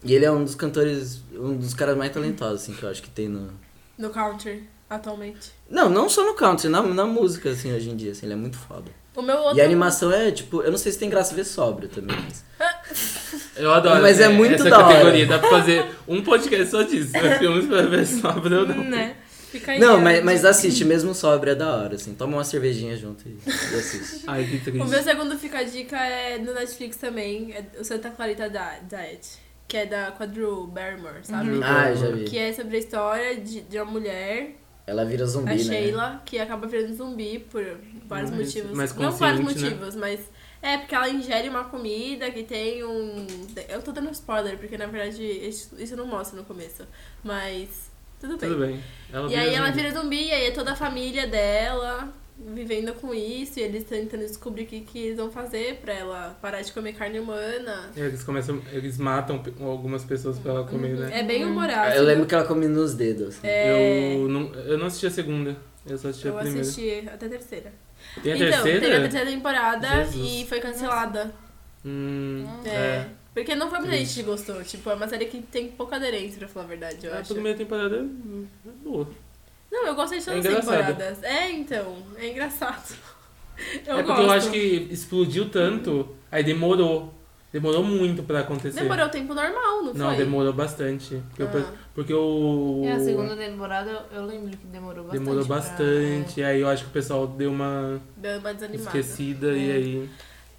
E ele é um dos cantores, um dos caras mais talentosos, assim, que eu acho que tem no, No country. atualmente. Não, não só no country, na, na música, assim, hoje em dia, assim, ele é muito foda. O meu outro. E a animação é, tipo, eu não sei se tem graça ver sóbrio também, mas... Eu adoro. Mas é né, muito essa da hora. categoria. Dá pra fazer um podcast só disso. Né? Filmes pra ver só pra eu não. Né? Fica aí. Não, né? mas, mas assiste, mesmo sóbrio é da hora, assim, toma uma cervejinha junto e, e assiste. Ai, que triste. O meu segundo fica a dica é no Netflix também, é o Santa Clarita Di- Diet, que é da Quadru Barrymore, sabe? Uhum. Ah, eu já Que vi. é sobre a história de, de uma mulher, Ela vira zumbi, a né? Sheila, que acaba virando zumbi por vários Mas- motivos. mas Não vários consciente, né? motivos, mas é porque ela ingere uma comida que tem um. Eu tô dando spoiler, porque na verdade isso isso não mostra no começo. Mas tudo bem. Tudo bem. Ela um- E aí ela zumbi. vira zumbi, e aí é toda a família dela vivendo com isso, e eles tentando descobrir o que, que eles vão fazer pra ela parar de comer carne humana. Eles começam, eles matam pe- algumas pessoas pra ela comer, né? É bem humorado. Eu lembro que ela come nos dedos. assim. É, Eu, não, eu não assisti a segunda, eu só assisti eu a primeira. assisti até a terceira. Tem a então, teve a terceira? terceira temporada Jesus. e foi cancelada. Hum, É. é. Porque não foi muita gente Triste. que gostou. Tipo, é uma série que tem pouca aderência, pra falar a verdade, eu A acho. primeira Ah, temporada é boa. Não, eu gostei de todas É as engraçado. temporadas. É, então. É engraçado. Eu é porque gosto. eu acho que explodiu tanto, aí demorou. Demorou muito pra acontecer. Demorou o tempo normal, não, Não, foi? demorou bastante. Porque, eu- Ah. porque o. É, a segunda temporada eu, eu lembro que demorou bastante. Demorou pra- bastante. Aí eu acho que o pessoal deu uma Deu uma desanimada. esquecida e É. aí.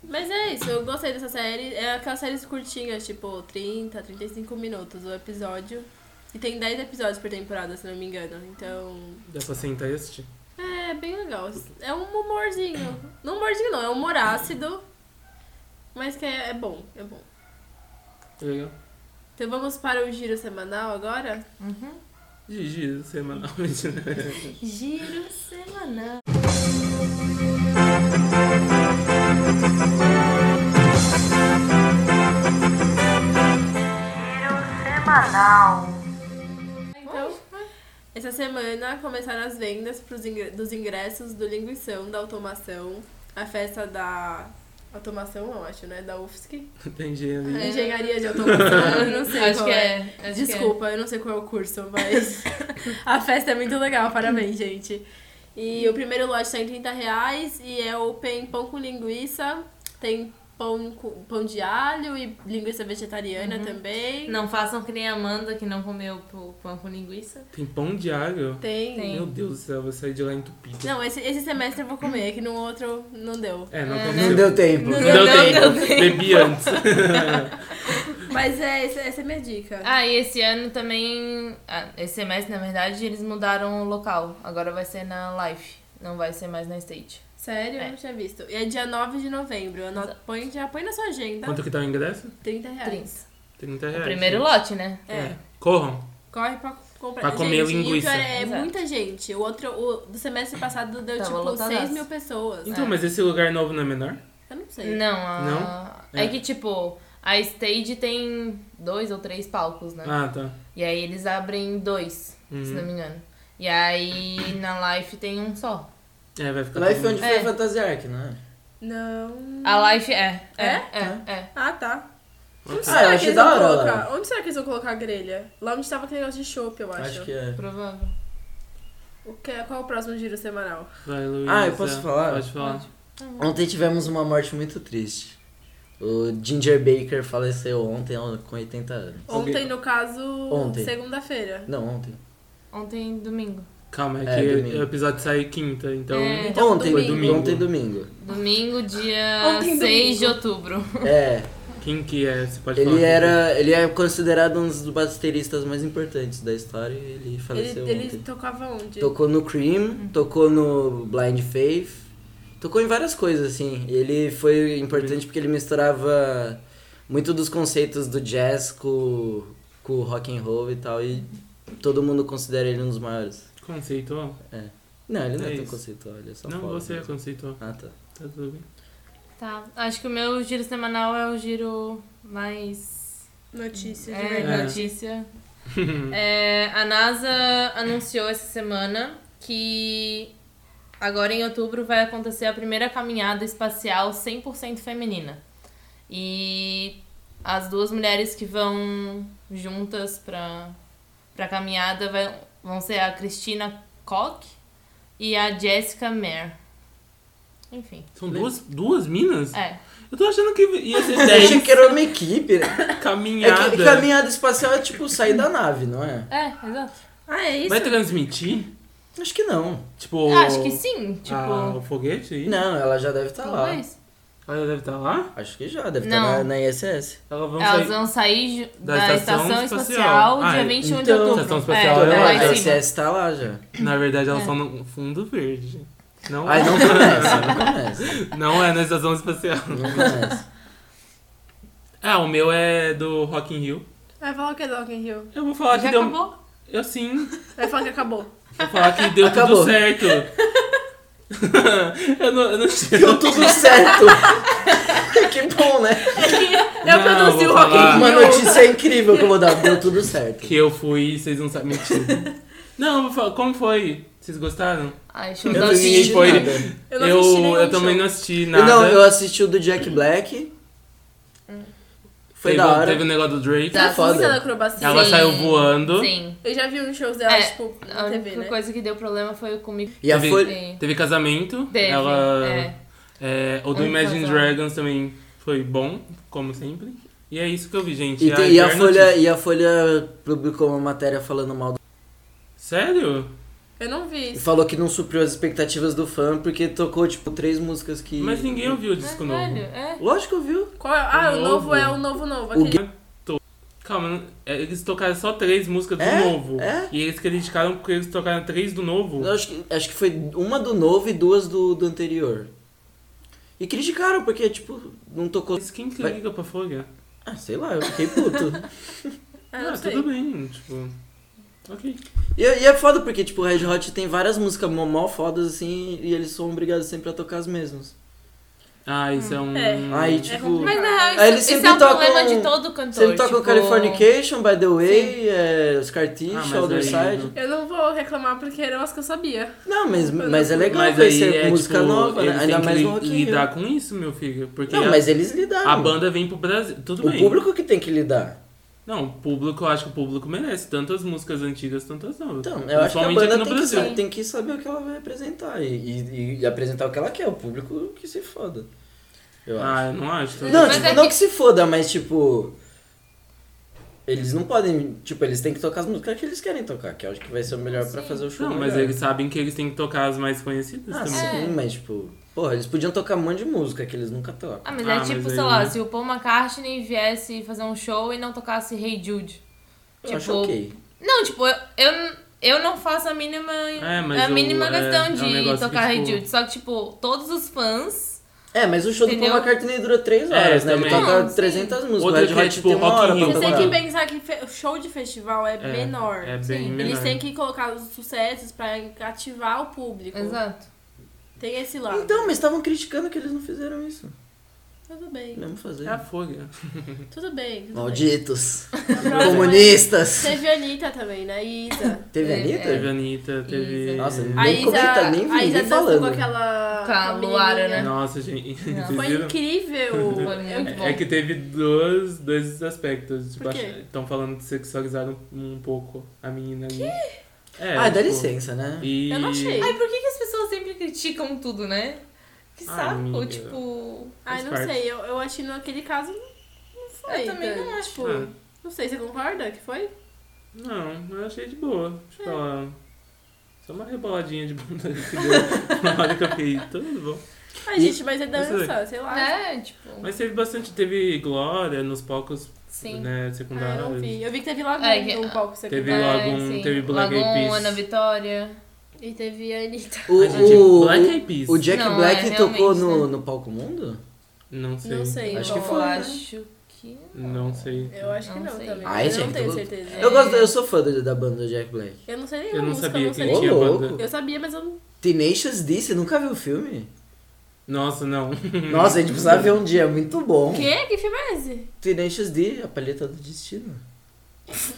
Mas é isso, eu gostei dessa série. É aquelas séries curtinhas, tipo 30, 35 minutos o episódio. E tem 10 episódios por temporada, se não me engano. Então. Dá pra sentar e assistir. É, bem legal. É um humorzinho. Não humorzinho, não, é um humor ácido. Mas que é, é bom, é bom. Tá Legal. Então vamos para o giro semanal agora? Uhum. Gigi, semanalmente, né? Giro semanal. Então, essa semana começaram as vendas pros ingre- dos ingressos do Linguição, da Automação, a festa da Automação, eu acho, né? Da UFSC. Tem engenharia. É. Engenharia de Automação, eu não sei Acho qual que é. é. acho que é. Desculpa, eu não sei qual é o curso, mas a festa é muito legal, parabéns, gente. E o primeiro lote tá em 30 reais e é o tem pão com linguiça, tem pão, com- pão de alho e linguiça vegetariana também. Não façam que nem a Amanda que não comeu o pão com linguiça. Tem pão de alho. Tem. Tem. Meu Deus do céu, eu vou sair de lá entupido. Não, esse, esse semestre eu vou comer, que no outro não deu. É, não, É, aconteceu. Não deu tempo. Não Não deu deu tempo. tempo. Bebi antes. Mas é, essa, essa é minha dica. Ah, e esse ano também, ah, esse semestre na verdade, eles mudaram o local. Agora vai ser na live, não vai ser mais na stage. Sério, eu não tinha visto. E é dia 9 de novembro. Anota, põe, já põe na sua agenda. Quanto que tá o ingresso? 30 É. reais. 30. 30 O reais. primeiro lote, né? É. Corram. Corre pra comprar. Pra comer gente, linguiça. E o pior é, é Exato. muita gente. O outro, o do semestre passado deu Tava tipo lotadaço. 6 mil pessoas. Então, É. mas esse lugar novo não é menor? Eu não sei. Não, a... Não? É. É. que tipo, a stage tem dois ou três palcos, né? Ah, tá. E aí eles abrem dois, se Uhum. não é me engano. E aí na live tem um só. É, vai ficar. Lá todo foi onde mundo- foi É. Fantasia Arc, não é? Não. A live é. É? É? É, é. Ah, tá. Onde Ah, eu achei eles da vão hora. colocar? Onde será que eles vão colocar a grelha? Lá onde tava aquele negócio de chopp, eu acho. Acho que é. Provável. O que, qual é o próximo giro semanal? Vai, Luísa. Ah, eu posso falar? Pode falar. Ontem tivemos uma morte muito triste. O Ginger Baker faleceu ontem ao- com 80 anos. Alguém- Ontem, no caso, Ontem. segunda-feira. Não, ontem. Ontem, domingo. Calma, é É, que domingo. o episódio sai quinta, então. É. Então, ontem, domingo. domingo. ontem domingo. Domingo, dia Ontem, 6 de domingo. outubro. É, Quem que é? Você pode falar. ele era, ele é considerado um dos bateristas mais importantes da história e ele Ele, faleceu ele ontem. tocava onde? Tocou no Cream, tocou no Blind Faith, tocou em várias coisas assim. E Ele foi importante porque ele misturava muito dos conceitos do jazz com, com o rock and roll e tal e todo mundo considera ele um dos maiores. Conceitual? Não, ele não é, É tão isso. conceitual, ele é só não, foda você é mesmo. conceitual. Ah, tá. Tá tudo bem. Tá, acho que o meu giro semanal é o giro mais Notícias. de é, verdade. notícia. É, a NASA anunciou essa semana que agora em outubro vai acontecer a primeira caminhada espacial 100% feminina. E as duas mulheres que vão juntas pra, pra caminhada vai- vão ser a Christina Cock e a Jessica Mare. Enfim. São duas, duas minas? É. Eu tô achando que ia ser Eu achei 10 É que era uma equipe. né? É É caminhada. que caminhada espacial é tipo sair da nave, não é? É, exato. Ah, é isso? Vai transmitir? Acho que não. Tipo. Acho que sim. Tipo. ah, o foguete aí? Não, ela já deve estar lá. talvez. Ela deve estar lá? Acho que já, deve estar Não. na, na ISS. Ela vamos Elas sair. vão sair ju- Da da, estação estação, espacial. espacial, Ah, dia 21 de então- outubro. Estação espacial é, é é lá lá a em cima. ISS tá lá já. Na verdade, elas É. são no fundo verde. Não, é. Ai, não começa, não começa. não é na estação espacial. Não começa. Ah, o meu é do Rock in Rio. Vai falar o que é do Rock in Rio? Eu vou falar Já que um deu. acabou? Eu sim. Vai falar que acabou. Vou falar que deu tudo Acabou. certo. eu não, eu não sei. Deu tudo certo. que bom, né? Eu Não, produzi vou o Rock falar. in Uma Rio. notícia incrível que eu vou dar. Deu tudo certo. Ah. Que eu fui e vocês não sabem. Mentira. não, eu vou falar. Como foi? Vocês gostaram? Ai, show Eu da não ninguém assisti Disney. foi. nada. Eu não assisti nenhum eu também show. não assisti nada. Não, eu assisti o do Jack Black. Foi teve, um- da hora. Teve o negócio do Drake. Tá Tá foda. foda. da acrobacia. Ela Sim. saiu voando. Sim. Eu já vi uns shows dela, É, tipo, A na TV, única né? coisa que deu problema foi comigo. E a Teve- um- folha. Sim. Teve casamento. Teve. Ela. É. é, o do Um Imagine casal. Dragons também foi bom, como sempre. E é isso que eu vi, gente. E, É tem- e a Eterna Folha, Notícia. e a Folha publicou uma matéria falando mal do... Sério? Eu não vi e isso. falou que não supriu as expectativas do fã porque tocou tipo três músicas que Mas ninguém ouviu o disco Mas, novo. velho, é. Lógico que ouviu. Qual é? Ah, O o novo novo. é o novo novo. Aquele... Calma, não- é, eles tocaram só três músicas do É? novo. É? E eles criticaram porque eles tocaram três do novo. Eu acho, que, acho que foi uma do novo e duas do, do anterior. E criticaram porque tipo não tocou. Mas quem que Vai- liga pra Folha? Ah, sei lá, eu fiquei puto. Ah, não sei. é tudo bem, tipo. Ok. E, e é foda porque, tipo, o Red Hot tem várias músicas mó, mó fodas, assim, e eles são obrigados sempre a tocar as mesmas. Ah, isso é um. É. Aí, É tipo... complicado. Mas na real, isso, Aí eles isso sempre é um tocam- problema de todo Então, cantor. Sempre toca o tipo, Californication, By The Way, é, os Ah, mas Cartiche, Other aí- Side. Eu não vou reclamar porque eram as que eu sabia. Não, mas, mas é legal mas aí conhecer é, música tipo, nova, né? eles Ainda têm mais que no li- Rock in Rio. lidar com isso, meu filho. Porque Não, a, mas eles lidaram. a banda vem pro Brasil. Tudo o bem. público que tem que lidar. Não, o público, eu acho que o público merece. Tanto as músicas antigas, tanto as novas. Então, eu acho que a Principalmente banda aqui tem no que, Brasil. sa- tem que saber o que ela vai apresentar. E, e- e apresentar o que ela quer, o público que se foda. Eu acho. Ah, eu não acho. Não, Mas tipo, é não que- que se foda, mas tipo. Eles não podem. Tipo, eles têm que tocar as músicas que eles querem tocar, que eu acho que vai ser o melhor pra fazer o show. Não, mas melhor. eles sabem que eles têm que tocar as mais conhecidas Ah, também. é. sim, mas tipo. Porra, eles podiam tocar um monte de música que eles nunca tocam. Ah, mas Ah, é mas tipo, aí- sei lá, se o Paul McCartney viesse fazer um show e não tocasse Hey Jude. eu acho ok. Não, tipo, eu, eu, eu não faço a mínima, É, mas a o- mínima é, é um questão de negócio tocar que, Hey tipo- Jude. Só que, tipo, todos os fãs. É, mas o show do Entendeu? Paul McCartney dura 3 horas, né? Ele É, também. toca Não, sim. 300 músicas. Outra o Red que é, Hot tipo, tem uma Rock in hora pra Rio. Você tem tocar. que pensar que fe- o show de festival é, É, menor. É bem Sim, menor. Eles têm que colocar os sucessos pra cativar o público. Exato. Tem esse lado. Então, mas estavam criticando que eles não fizeram isso. Tudo bem. Vamos fazer. É a Folha. Tudo bem. Tudo Malditos. bem. Na próxima- Comunistas. Teve a Anitta também, né? E Isa. Teve a É, Anitta? Teve a Anitta, teve. Nossa, Nossa, A Nem Isa, comenta, nem- a nem Isa dançou falando. com aquela. Com a menininha. Luara, né? gente. Não. Vocês Foi viram? incrível. Foi Eu- muito bom. É que teve dois, dois aspectos. Tipo, Por quê? estão falando que sexualizaram um pouco a menina ali. É, Ah, dá tipo, licença, né? E... Eu não achei. Ai, por que, que as pessoas sempre criticam tudo, né? Que Ai, saco, amiga. tipo. Faz Ai, não parte. sei. Eu, eu achei naquele caso. Não foi. Eu também Dani. não acho. Tipo, Ah, Não sei, você concorda que foi? não, eu achei de boa. É. Tipo, ela- Só uma reboladinha de bunda que deu na hora que eu fiquei. Tudo bom. Ai, E- gente, mas é Não dança, sei lá. É, tipo. Mas teve bastante, teve glória nos palcos Sim. né, Ah, eu secundários. não vi. Eu vi que teve Lagoon É, que- um pouco Teve É, Lagoon, sim. teve Black Eyed Lagoon, Peas. Ana Vitória. E teve a Anitta. O, Ai, gente, é o- Black Eyed Peas. o Jack Não, Black é, tocou realmente, no, né? no palco mundo? Não sei. Não sei. Acho eu- que foi, Eu né? acho que. Não sei. Eu acho que Não não sei. também. Ai, eu gente, não tenho eu- certeza. É. Eu gosto, eu sou fã do- da banda do Jack Black. Eu não sei nenhuma Eu não música, sabia é. não que sei. ele tinha Ô, banda. louco. Eu sabia, mas eu não. Tenacious D, você nunca viu o filme? Nossa, não. Nossa, a gente precisava ver um dia, é muito bom. Quê? Que filme é esse? Tenacious D, a palheta do destino.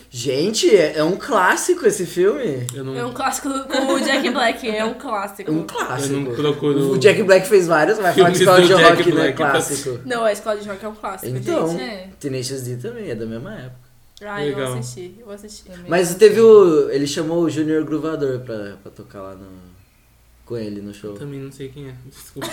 Gente, é, é um clássico esse filme. Eu não, É um clássico do- com o Jack Black, é um clássico. É um eu clássico. não procuro. O Jack Black fez vários, vai falar Filmes que Escola do de Jack Rock não é Black, tá? clássico. Não, a escola de rock é um clássico, Então, gente. gente, é. Tenacious D também, é da mesma época. Ah, eu Legal. vou assistir, eu vou assistir. Também. Mas teve o. Ele chamou o Junior Gruvador pra, pra tocar lá no. Com ele no show. Também não sei quem é, desculpa.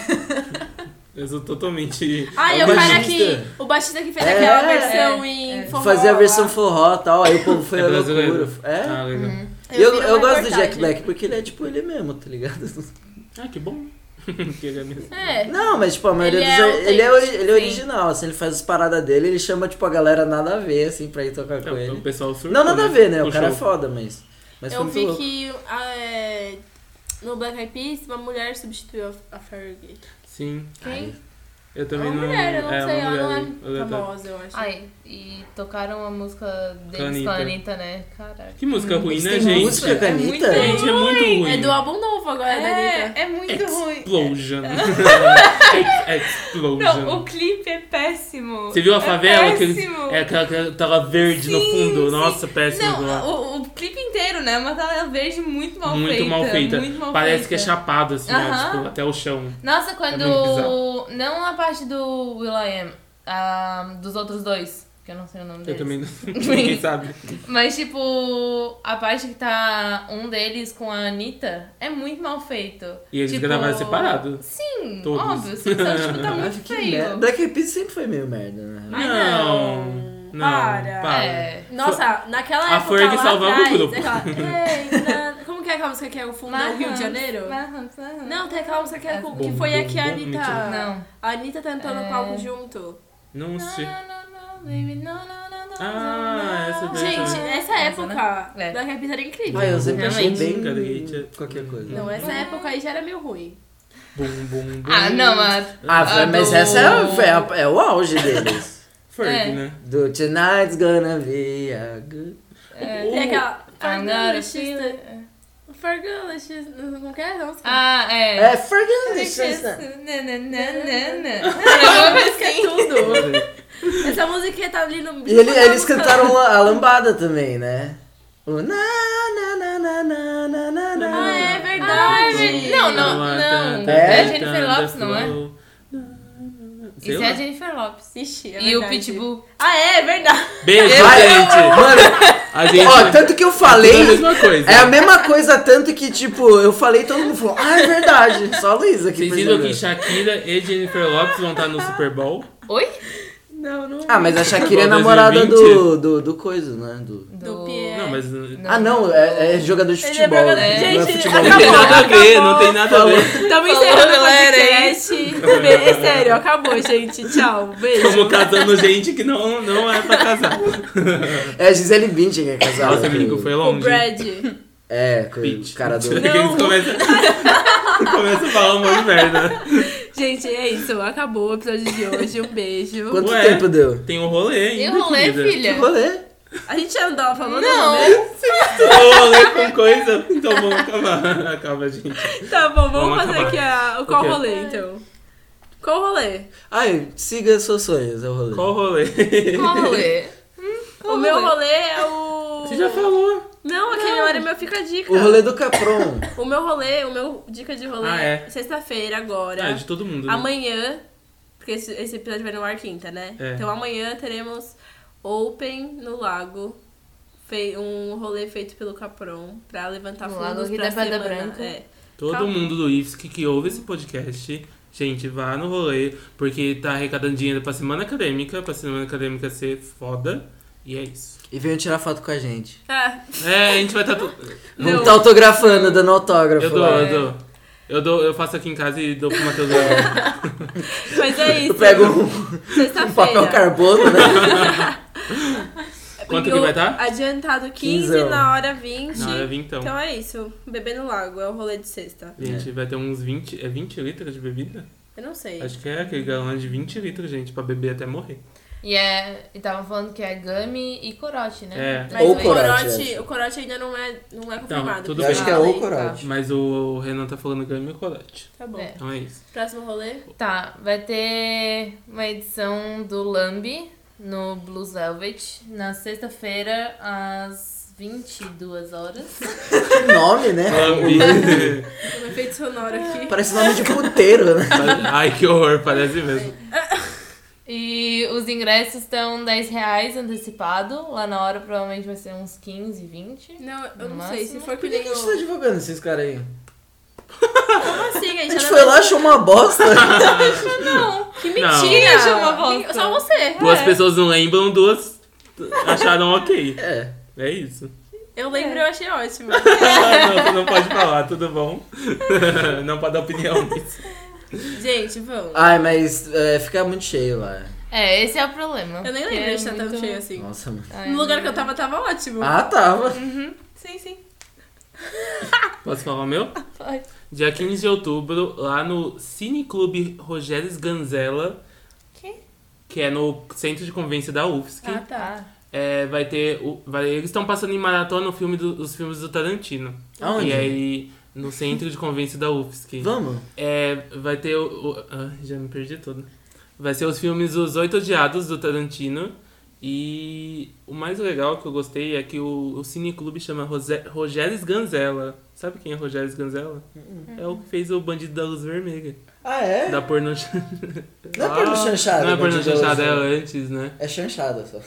eu sou totalmente. Ah, e É o o cara baixista. que. O baixista que fez É, aquela é, versão é. em É. forró. Fazer a lá. versão forró e tal, aí o povo foi É à brasileiro? loucura. É? Ah, legal. Uhum. E eu, vi uma eu gosto do Jack reportagem. Black porque ele é tipo ele mesmo, tá ligado? Ah, que bom. que ele é mesmo. É. Não, mas tipo, a maioria Ele dos. é ar- ele, é, ori- autêntico, ele é sim. original, assim, ele faz as paradas dele, ele chama tipo a galera nada a ver, assim, pra ir tocar com É, o ele. pessoal surtou, Não, nada a ver, né? O Puxou. cara é foda, mas. Mas foi eu muito vi louco. que ah, é, no Black Eyed Peas uma mulher substituiu a- a Fergie. Sim. Quem? Eu também É não. uma mulher, eu não é, sei, uma ela mulher não é aleatória. famosa, eu acho. Ai, e tocaram a música deles com Anitta. a Anitta, né? Caraca. Que música ruim, Eles né, têm gente? música com a É muito Anitta? ruim. Gente, é muito ruim. É do álbum novo agora, da Anitta. É, é muito ruim. Explosion. Explosion. Não, o clipe é péssimo. Você viu a favela? É que eles- péssimo. é aquela que tava verde no Sim, fundo. sim. Nossa, péssimo. aquilo lá. Não, o, o clipe inteiro, né? Uma tela verde muito mal muito feita. mal feita. muito mal Parece feita. que é chapado, assim, ó, Aham. tipo, até o chão. Nossa, quando. É muito bizarro. não a parte do Will I Am, a dos outros dois, que eu não sei o nome Eu deles. também não. Ninguém sabe. Mas, tipo, a parte que tá um deles com a Anitta é muito mal feito. E eles tipo... gravaram separado. Sim, Todos. óbvio. Sim, então, tipo, tá muito Acho que feio. merda. Black Eyed Peas sempre foi meio merda, né? Ai, não. não. Não. Para. É. Nossa, naquela A época Fergie lá salvava o atrás, grupo. aquela, "Ei, na-" Como que é aquela música que é o fundo do Rio de Janeiro? Marrons, marrons. Não, tem aquela música que, é, com- que Bom, foi bom, a que a bom, Anitta... mentira. Não. A Anitta tá entrando no É. palco junto. Ah. Não assisti. Não, não, não, baby, não, não, não, não, Ah, não, essa não. daí Gente, essa é né? época É. Black Eyed Peas era incrível. Ah, eu sempre achei Realmente. bem. Realmente. Qualquer coisa. Não, essa época aí já era meio ruim. Bum, bum, bum. Ah, não, mas... Ah, Ah, mas do- essa é, a- foi a- é o auge deles. Ferg, É. né? Do Tonight's Gonna Be a Good. É. Tem aquela... I'm not a Fergalicious, Fergalicious, não como que é essa música? Ah, é. É, Ferguson. assim, né, Essa Nananana. música é tudo. Essa música tá ali no... E ele- Essa eles música- cantaram um la- a lambada também, né? O na na na na na na na Ah, na. é verdade. Não, não, É? não. É a Jennifer Lopes, não é? Sei Isso lá. é a Jennifer Lopes. Ixi, é E o verdade. Pitbull. Ah, é, é verdade. Beijo, Vai, gente. Mano, A gente. ó, tanto que eu é a falei. mesma coisa. É a mesma coisa, tanto que, tipo, eu falei todo mundo falou, ah, é verdade. Só a Luísa que Vocês viram que percebeu. Shakira e Jennifer Lopes vão É. estar no Super Bowl? Oi? Não, não. Ah, mas a Shakira é Igual namorada 2020. do, do, do coisa, né? Do... Do Pierre. Não, mas. Ah, não, é, é jogador de Ele é futebol. jogador- né? Gente, não é futebol. Não tem acabou. nada a ver, não tem nada a ver. Tamo Falou, encerrando o galera, é podcast. Bem, é sério, acabou, gente. Tchau, beijo. Como casando gente que não, não é pra casar. É, Gisele Bündchen que é casada. Nossa, amigo, foi O longe. Brad. É, com Pitch. o cara do... Eles começam, começam a falar um monte de merda. Gente, é isso. Acabou o episódio de hoje. Um beijo. Quanto Ué. É. tempo deu? Tem um rolê ainda, Eu não leio, querida. Que filha. rolê? A gente já não tava falando, né? Não. Um rolê com coisa. Então vamos acabar. Acaba, gente. Tá bom, vamos, Vamos fazer acabar. aqui a, o qual quê? rolê, então. Qual rolê? Ai, siga seus sonhos, é o rolê. Qual rolê? Qual é um rolê? Hum, qual O meu rolê é o... Você já falou. Não, aquele Não. hora meu fica a dica. O rolê do Capron. O meu rolê, o meu dica de rolê Ah, é. sexta-feira agora. Ah, de todo mundo. né? Amanhã, porque esse, esse episódio vai no ar quinta, né? É. Então amanhã teremos Open no Lago. Fei, um rolê feito pelo Capron pra levantar No Lago fundos aqui pra da Pedra semana. Branca. É. Todo Calma. mundo do IFSC que ouve esse podcast, gente, vá no rolê, porque tá arrecadando dinheiro pra semana acadêmica, pra semana acadêmica ser foda. E é isso. E venham tirar foto com a gente. Ah, É, a gente vai estar. Vamos Não. tá autografando, dando autógrafo. Eu dou, lá. eu dou. Eu dou, eu faço aqui em casa e dou pro Matheus. levar. mas é isso. Eu pego um, um papel sexta-feira. carbono, né? Quanto que vai tá? estar? Adiantado 15, Quinzão. na hora 20. Na hora vim então. Então é isso. Bebê no Lago é o rolê de sexta. Gente, vai ter uns 20. É 20 litros de bebida? Eu não sei. Acho que é aquele galão de 20 litros, gente, pra beber até morrer. E é. E tava falando que é Gami e Corote, né? É. Mas Ou o corote, corote, acho. o corote ainda não é, não é confirmado. Então, tudo Eu bem. acho que é Falei. o corote. Mas o Renan tá falando Grammy e Corote. Tá bom. É. Então é isso. Próximo rolê? Tá, vai ter uma edição do Lambi no Blue Velvet na sexta-feira às 22 horas. Que nome, É. né? Um efeito sonoro aqui. Parece nome de puteiro, né? Ai, que horror, parece mesmo. E E os ingressos estão 10 reais antecipado. Lá na hora provavelmente vai ser uns 15, 20. Não, eu No não sei. Se máximo. for que Por que, nem que a gente o... tá divulgando esses caras aí? Como assim, A gente? gente Ela foi lá, vai- achou uma bosta. Não, Que Não. mentira! Chama a volta. Quem- Só você. Duas É. pessoas não lembram, duas acharam ok. é. É isso. Eu lembro e eu achei ótimo. não, tu não pode falar, tudo bom. não pode dar opinião nisso. Gente, vamos. Ai, mas é, fica muito cheio lá. É, esse é o problema. Eu nem Porque lembro de estar é tão muito- cheio assim. Nossa, mano. Ai, No lugar que eu tava, tava ótimo. Ah, tava. Sim, sim. Posso falar o meu? Pode. Dia 15 de outubro, lá no Cineclube Rogério Ganzella, Que? que é no centro de convivência da UFSC, Ah, tá. é, vai ter. o- vai- eles estão passando em maratona o filme do- os filmes do Tarantino. Aonde? E aí, no centro de convivência da UFSC. Vamos. É, vai ter o. o- ah, já me perdi tudo. Vai ser os filmes Os Oito Odiados do Tarantino. E o mais legal que eu gostei é que o, o cineclube chama Rosé- Rogério Ganzella. Sabe quem é Rogério Ganzella? É o que fez o Bandido da Luz Vermelha. Ah, é? Da porno. Não é porno Ah, chanchada, Não é porno Bandido da Luz chanchada, é Vermelha. antes, né? É chanchada só.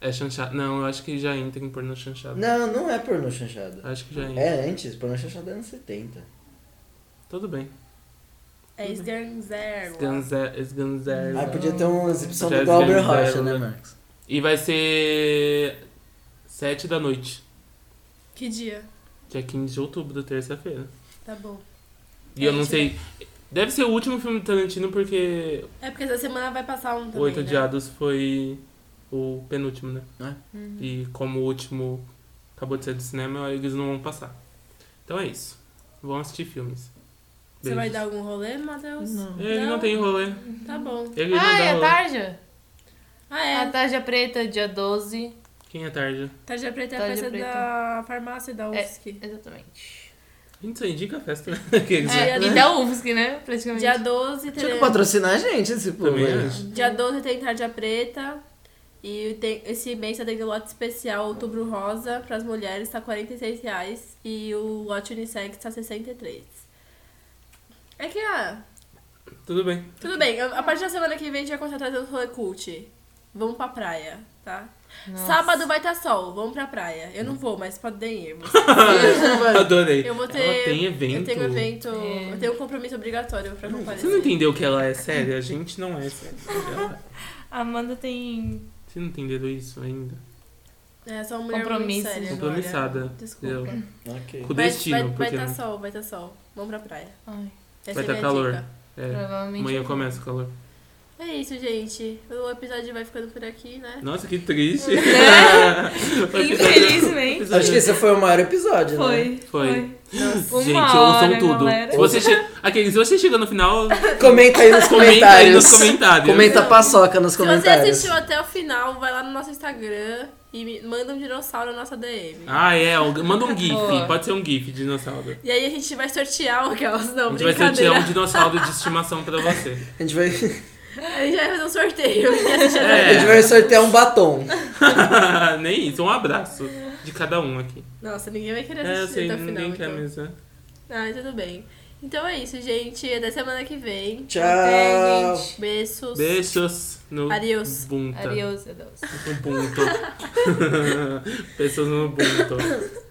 É chanchada. Não, eu acho que já entra em porno chanchada. Não, não é porno chanchada. Acho que já entra. É antes, porno chanchada é anos 70. Tudo bem. É Sganzerla. Ganze- Ganzella. Aí Ah, podia ter uma exibição Já do Glauber organizaram, Rocha, né, né? Marcos? E vai ser. sete da noite. Que dia? Dia 15 é de outubro, terça-feira. Tá bom. E eu não Gente. sei. Deve ser o último filme do Tarantino, porque É porque essa semana vai passar um também, Oito né? Odiados foi o penúltimo, né? É. E como o último acabou de sair do cinema, eles não vão passar. Então é isso. Vão assistir filmes. Você vai Beijos. dar algum rolê, Matheus? Não. Ele não, tem um. rolê. Tá bom. Ele não Ah, dá é a rolê. tarja? Ah, É. A é. tarja preta, dia 12. Quem é tarde? Tarja Preta é a Tarja coisa Preta. da farmácia e da É, UFSC. exatamente. A gente só indica a festa, né? Aqueles, né? É, e da UFSC, né? Praticamente. Dia 12 Tinha que teremos... patrocinar a gente esse povo né? Também aí. acho. Dia 12 tem Tarja Preta. E tem, esse mês tá tendo lote especial, outubro rosa, pras mulheres tá R$ 46 reais e o lote unissex tá R$ 63. É que, ah, Tudo bem. tudo bem, a a partir da semana que vem a gente vai começar a trazer o rolê cult. Vamos pra praia, tá? Nossa. Sábado vai estar sol, vamos pra praia. Eu não vou, mas podem ir. vocês. Adorei. Eu vou ter. Ela tem evento. Hum, Eu tenho evento. É. Eu tenho um compromisso obrigatório pra comparecer. Você não entendeu que ela é séria? A gente não é séria. Ela- Amanda tem. Você não entendeu isso ainda? É só uma mulher Compromisso. muito séria agora. Compromissada. Desculpa. Entendeu? Ok. Com o Vai- destino, vai, vai porque tá não- sol, vai tá sol. Vamos pra praia. Ai, Essa Vai é tá minha calor. dica. é, provavelmente. amanhã começa o calor. É isso, gente. O episódio vai ficando por aqui, né? Nossa, que triste. É. Infelizmente. Acho que esse foi o maior episódio, né? Foi. Foi. Então, Nossa, Gente, uma ouçam hora, tudo. galera. Se você, che... Aquele, se você chegou no final, né? Comenta aí nos comenta aí comentários. nos comentários. Comenta paçoca nos Se você comentários. assistiu até o final, vai lá no nosso Instagram e me- manda um dinossauro na nossa DM. Ah, é. um- Manda um GIF. Boa. Pode ser um GIF de dinossauro. E aí a gente vai sortear o caos, A não, gente vai brincadeira. sortear um dinossauro de estimação pra você. A gente vai, A gente vai fazer um sorteio. E assistir É. até- a gente vai sortear um batom. Nem isso. Um abraço de cada um aqui. Nossa, ninguém vai querer É, eu assistir sei. até o final. Ninguém quer então. mesmo. né? Ah, tudo bem. Então é isso, gente. Até semana que vem. Tchau. Até, gente. Beijos. Beijos no Adeus. bunta. Adeus, adeus. No bunto. Pessoas no bunto.